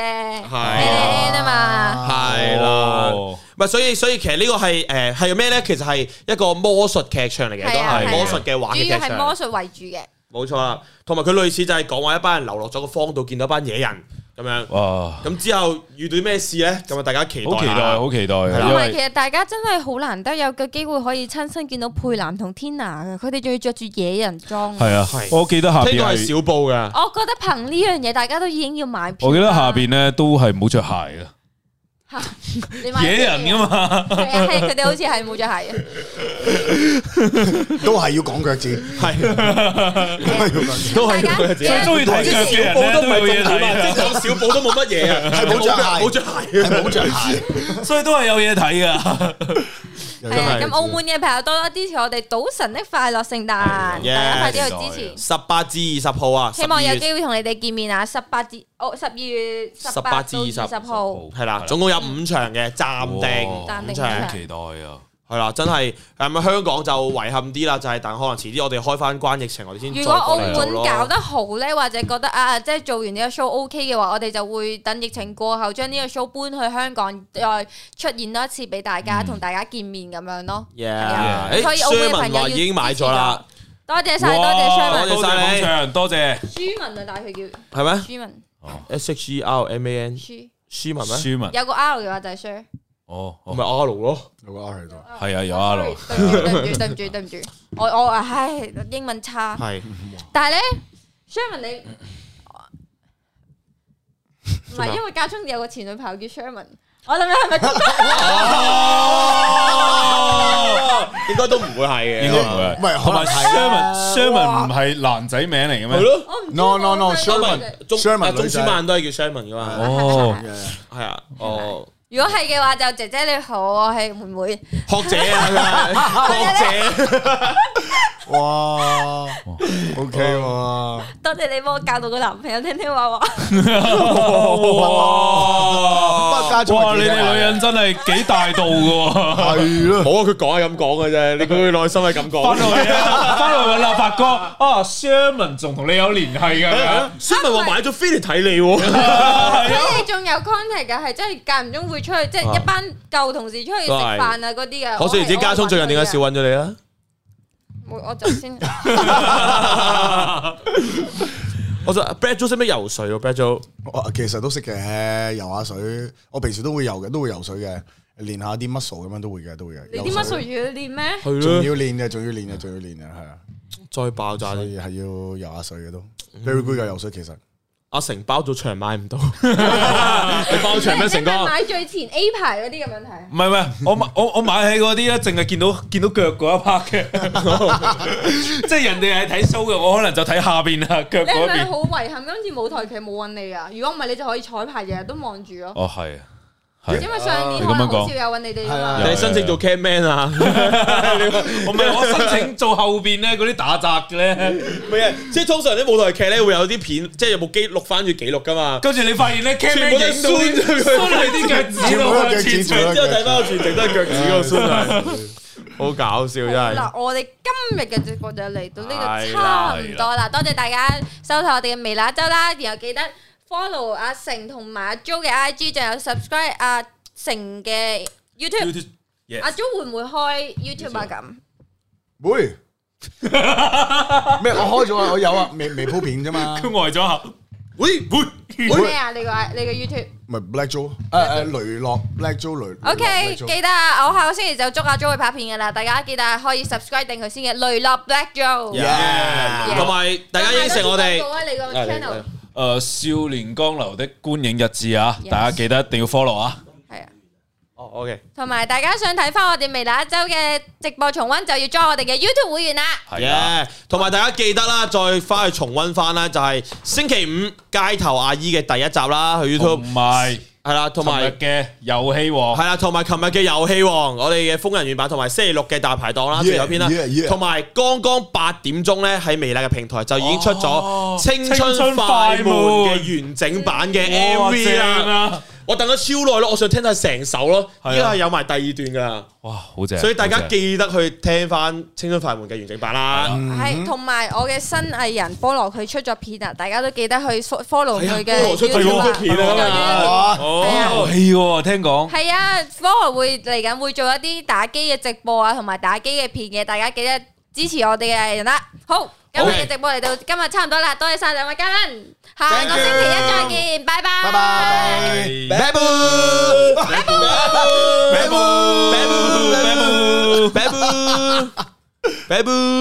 N 啊嘛，
係啦，
哦
唔係所以所以其實呢個係誒係咩咧？其實係一個魔術劇場嚟嘅，都
係啊
係
係啊
魔術嘅話嘅
主
劇
要係魔
場，
術為主嘅。
冇錯啦。同埋佢類似就係講話一班人流落咗個荒島，見到一班野人咁樣。
哇，
咁之後遇到啲咩事咧？咁啊，大家期待
好期待，
下
好期待
係啦
啊，
同
因
埋
為
其實大家真係好難得有個機會可以親身見到佩蘭同 Tina 嘅，佢哋仲要着住野人裝。
係啊
係，
我記得下
聽
邊
講係
係，
小布㗎。
我覺得憑呢樣嘢，大家都已經要買票啦。
我記得下邊咧都係冇着鞋嘅。
你買
野人噶嘛，
係啊，係佢哋好似係冇着鞋嘅。
都係要講腳趾，
係
都係要講
都
大
係
家
佢自己
最
中意睇腳嘅人咧
小布都唔係重點啊，即係有小
都有嘢睇啊
布都冇乜嘢啊，
係冇着鞋
冇着鞋啊
係冇着鞋，
所以都係有嘢睇噶。
又
係啊，
真係
咁澳門嘅朋友多多支持我哋賭神的快樂聖誕，大
Yes
家快啲去支持。
十八至二十號啊，
希望有
機
機會同你哋見面啊！十八至哦，十二月十八
18至
至二十號，
係啦，總共有五場嘅暫
哇
定
暫
五
定五場
場。
期待啊！
係啦，真係咁香港就遺憾啲啦，就係但可能遲啲我哋開翻關疫情，我哋先
如
再
果澳
過嚟做
門搞
咯。
得好呢，或者覺得啊，即係做完呢個 show OK 嘅話，我哋就會等疫情過後，將呢個 show 搬去香港，再出現多一次俾大家，同大家見面咁樣咯。
嗯 Yeah，哎
所以澳門嘅朋友要
話已經買咗啦，
多謝晒，多謝
哇
Sherman，
多謝
多謝
晒你
捧場，多謝
朱文啊，但係佢
係咩
叫朱文，
？S H E R M A N
朱
舒文咩？
舒文。
有個 R 嘅話就係 Sher。
哦，
唔係阿盧咯，
有個 R 喺度，
係啊，有阿羅。
對唔住，對唔住，對唔住，我我唉英文差，
係
但係咧，Sherman 你
啊
唔係因為家中有個前女朋友叫 Sherman，我諗你係咪
哦，應該都唔會係嘅，
應該唔會係
唔係可
同
能
埋
係
Sherman，Sherman 唔係男仔名嚟
啊係
嘅咩？
咯。
我唔
No, no, no, Sherman
中
Sherman
啊
女
鍾
仔
舒曼都係叫 Sherman 噶嘛，
哦，
係啊，哦，
如果係嘅話就姐姐你好，我係妹妹。
學者啊，學者，
哇，OK 喎，
多謝你幫我教到個男朋友聽聽話話，
不過
哇，
家聰
哇！
係
你
自己
哋女人真係幾大度噶，
係咯，
冇啊，佢講係咁講嘅啫，你估佢內心係咁
翻
講。
到去啊，翻到去立法哥啊，Sherman 仲同你有聯繫
啊
㗎，
孫文啊話買咗飛嚟睇你 喎，啊
佢哋仲有 contact 嘅，係真係間唔中會出去，即係一班舊同事出去食飯啊嗰啲嘅。
可想而知家聰最近點解啊少揾咗你啦？
我我就先。
我就 Brad Jo 識唔識游水喎？Brad Jo
我其實都識嘅，游下水，我平時都會游嘅，都會游水嘅，練下啲 muscle 咁樣都會嘅，都會嘅。
你
游
啲
水
乜水要練咩？
係
仲
咯，
要練嘅，仲要練嘅，仲要練嘅，係啊，
再爆炸
所以係要游下水嘅都 very good 嘅游水其實。
阿成包咗場買唔到，你 包場咩成啊
你係咪
哥？
買最前 A 排嗰啲咁樣睇。
唔係唔係，我買我我買起嗰啲咧，淨係見到見到腳嗰一 part 嘅，即係人哋係睇 show 嘅，我可能就睇下邊啊腳
你係
嗰
咪
邊。
好遺憾今次舞台劇冇揾你啊？如果唔係，你就可以彩排，日日都望住咯。
哦，係啊，
因
係啊。
為上年
你
可
咁樣
能好
講
少有揾你哋啊
係
嘛
啊。
你申請做 cam man 啊？
我咪我申請做後邊咧嗰啲打雜嘅咧，
唔係啊，即係通常啲舞台劇咧會有啲片，即係有部機錄翻住記錄噶嘛。
跟住你發現咧 c a
全
m
部
影
都
到
係酸
啲
咗佢
酸喺啲腳趾度啊，
全
切
部
之
切
都係腳趾
後睇翻個全程都係腳趾嗰個酸 好搞笑真係。
嗱，我哋今日嘅直播就嚟到呢度差唔多啦，多謝大家收睇我哋嘅微辣周啦，然後記得 follow 阿成同埋阿 Jo 嘅 IG，仲有 subscribe 阿成嘅 YouTube。
YouTube Yes
阿 Jo 會唔會開 YouTube 啊？咁
妹，咩？我開咗啊，我有啊，未未鋪片啫嘛，
佢呆咗下，喂喂，
咩啊？你個你個 YouTube
咪 Black Joe，誒誒雷洛 Black Joe 雷。
OK，
雷洛 Black Joe
記得啊！我下個星期就捉阿 Jo 去拍片噶啦，大家記得可以 subscribe 定佢先嘅雷洛 Black Jo。
Yeah，同埋大家應承我哋
各。位你個
係你嚟
channel
诶，少年江流的觀影日誌啊，
Yes
大家記得一定要 follow 啊！
係啊。
哦，OK，
同埋大家想睇翻我哋未來一周嘅直播重温，就要 join 我哋嘅 YouTube 會員啦。
係啊，
Yeah，同埋大家記得啦，再翻去重温翻啦，就係星期五街頭阿姨嘅第一集啦，去 YouTube
同埋
係啦，同
同埋
埋。
嘅遊戲王
系，哦啦，同埋琴日嘅遊戲王，我哋嘅瘋人院版，同埋星期六嘅大排檔啦，最有篇啦
yeah, yeah，
同埋剛剛八點鐘咧喺微辣嘅平台就已經出咗
哦
《青春快門》嘅完整版嘅
哇
MV
正
啦。
啊！
我等咗超耐咯，我想聽晒成首咯，
係啊
依家係有埋第二段噶啦，
哇，好正！
所以大
好
家
正
記得去聽翻《青春快門》嘅完整版啦。
係，同埋我嘅新藝人菠蘿佢出咗片啊，大家都記得去 fo- follow 佢嘅
菠蘿出咗
YouTube 啊
出片啊
係係啊
哇
哦，系喎，聽講
係啊，菠蘿會嚟緊會做一啲打機嘅直播啊，同埋打機嘅片嘅，大家記得支持我哋嘅藝人啦。好，今日
OK
嘅直播嚟到今日差唔多啦，多謝晒兩位嘉賓，下個
Thank
星
you
期一再見，拜拜，
拜拜，拜拜，
拜拜拜拜拜拜拜拜拜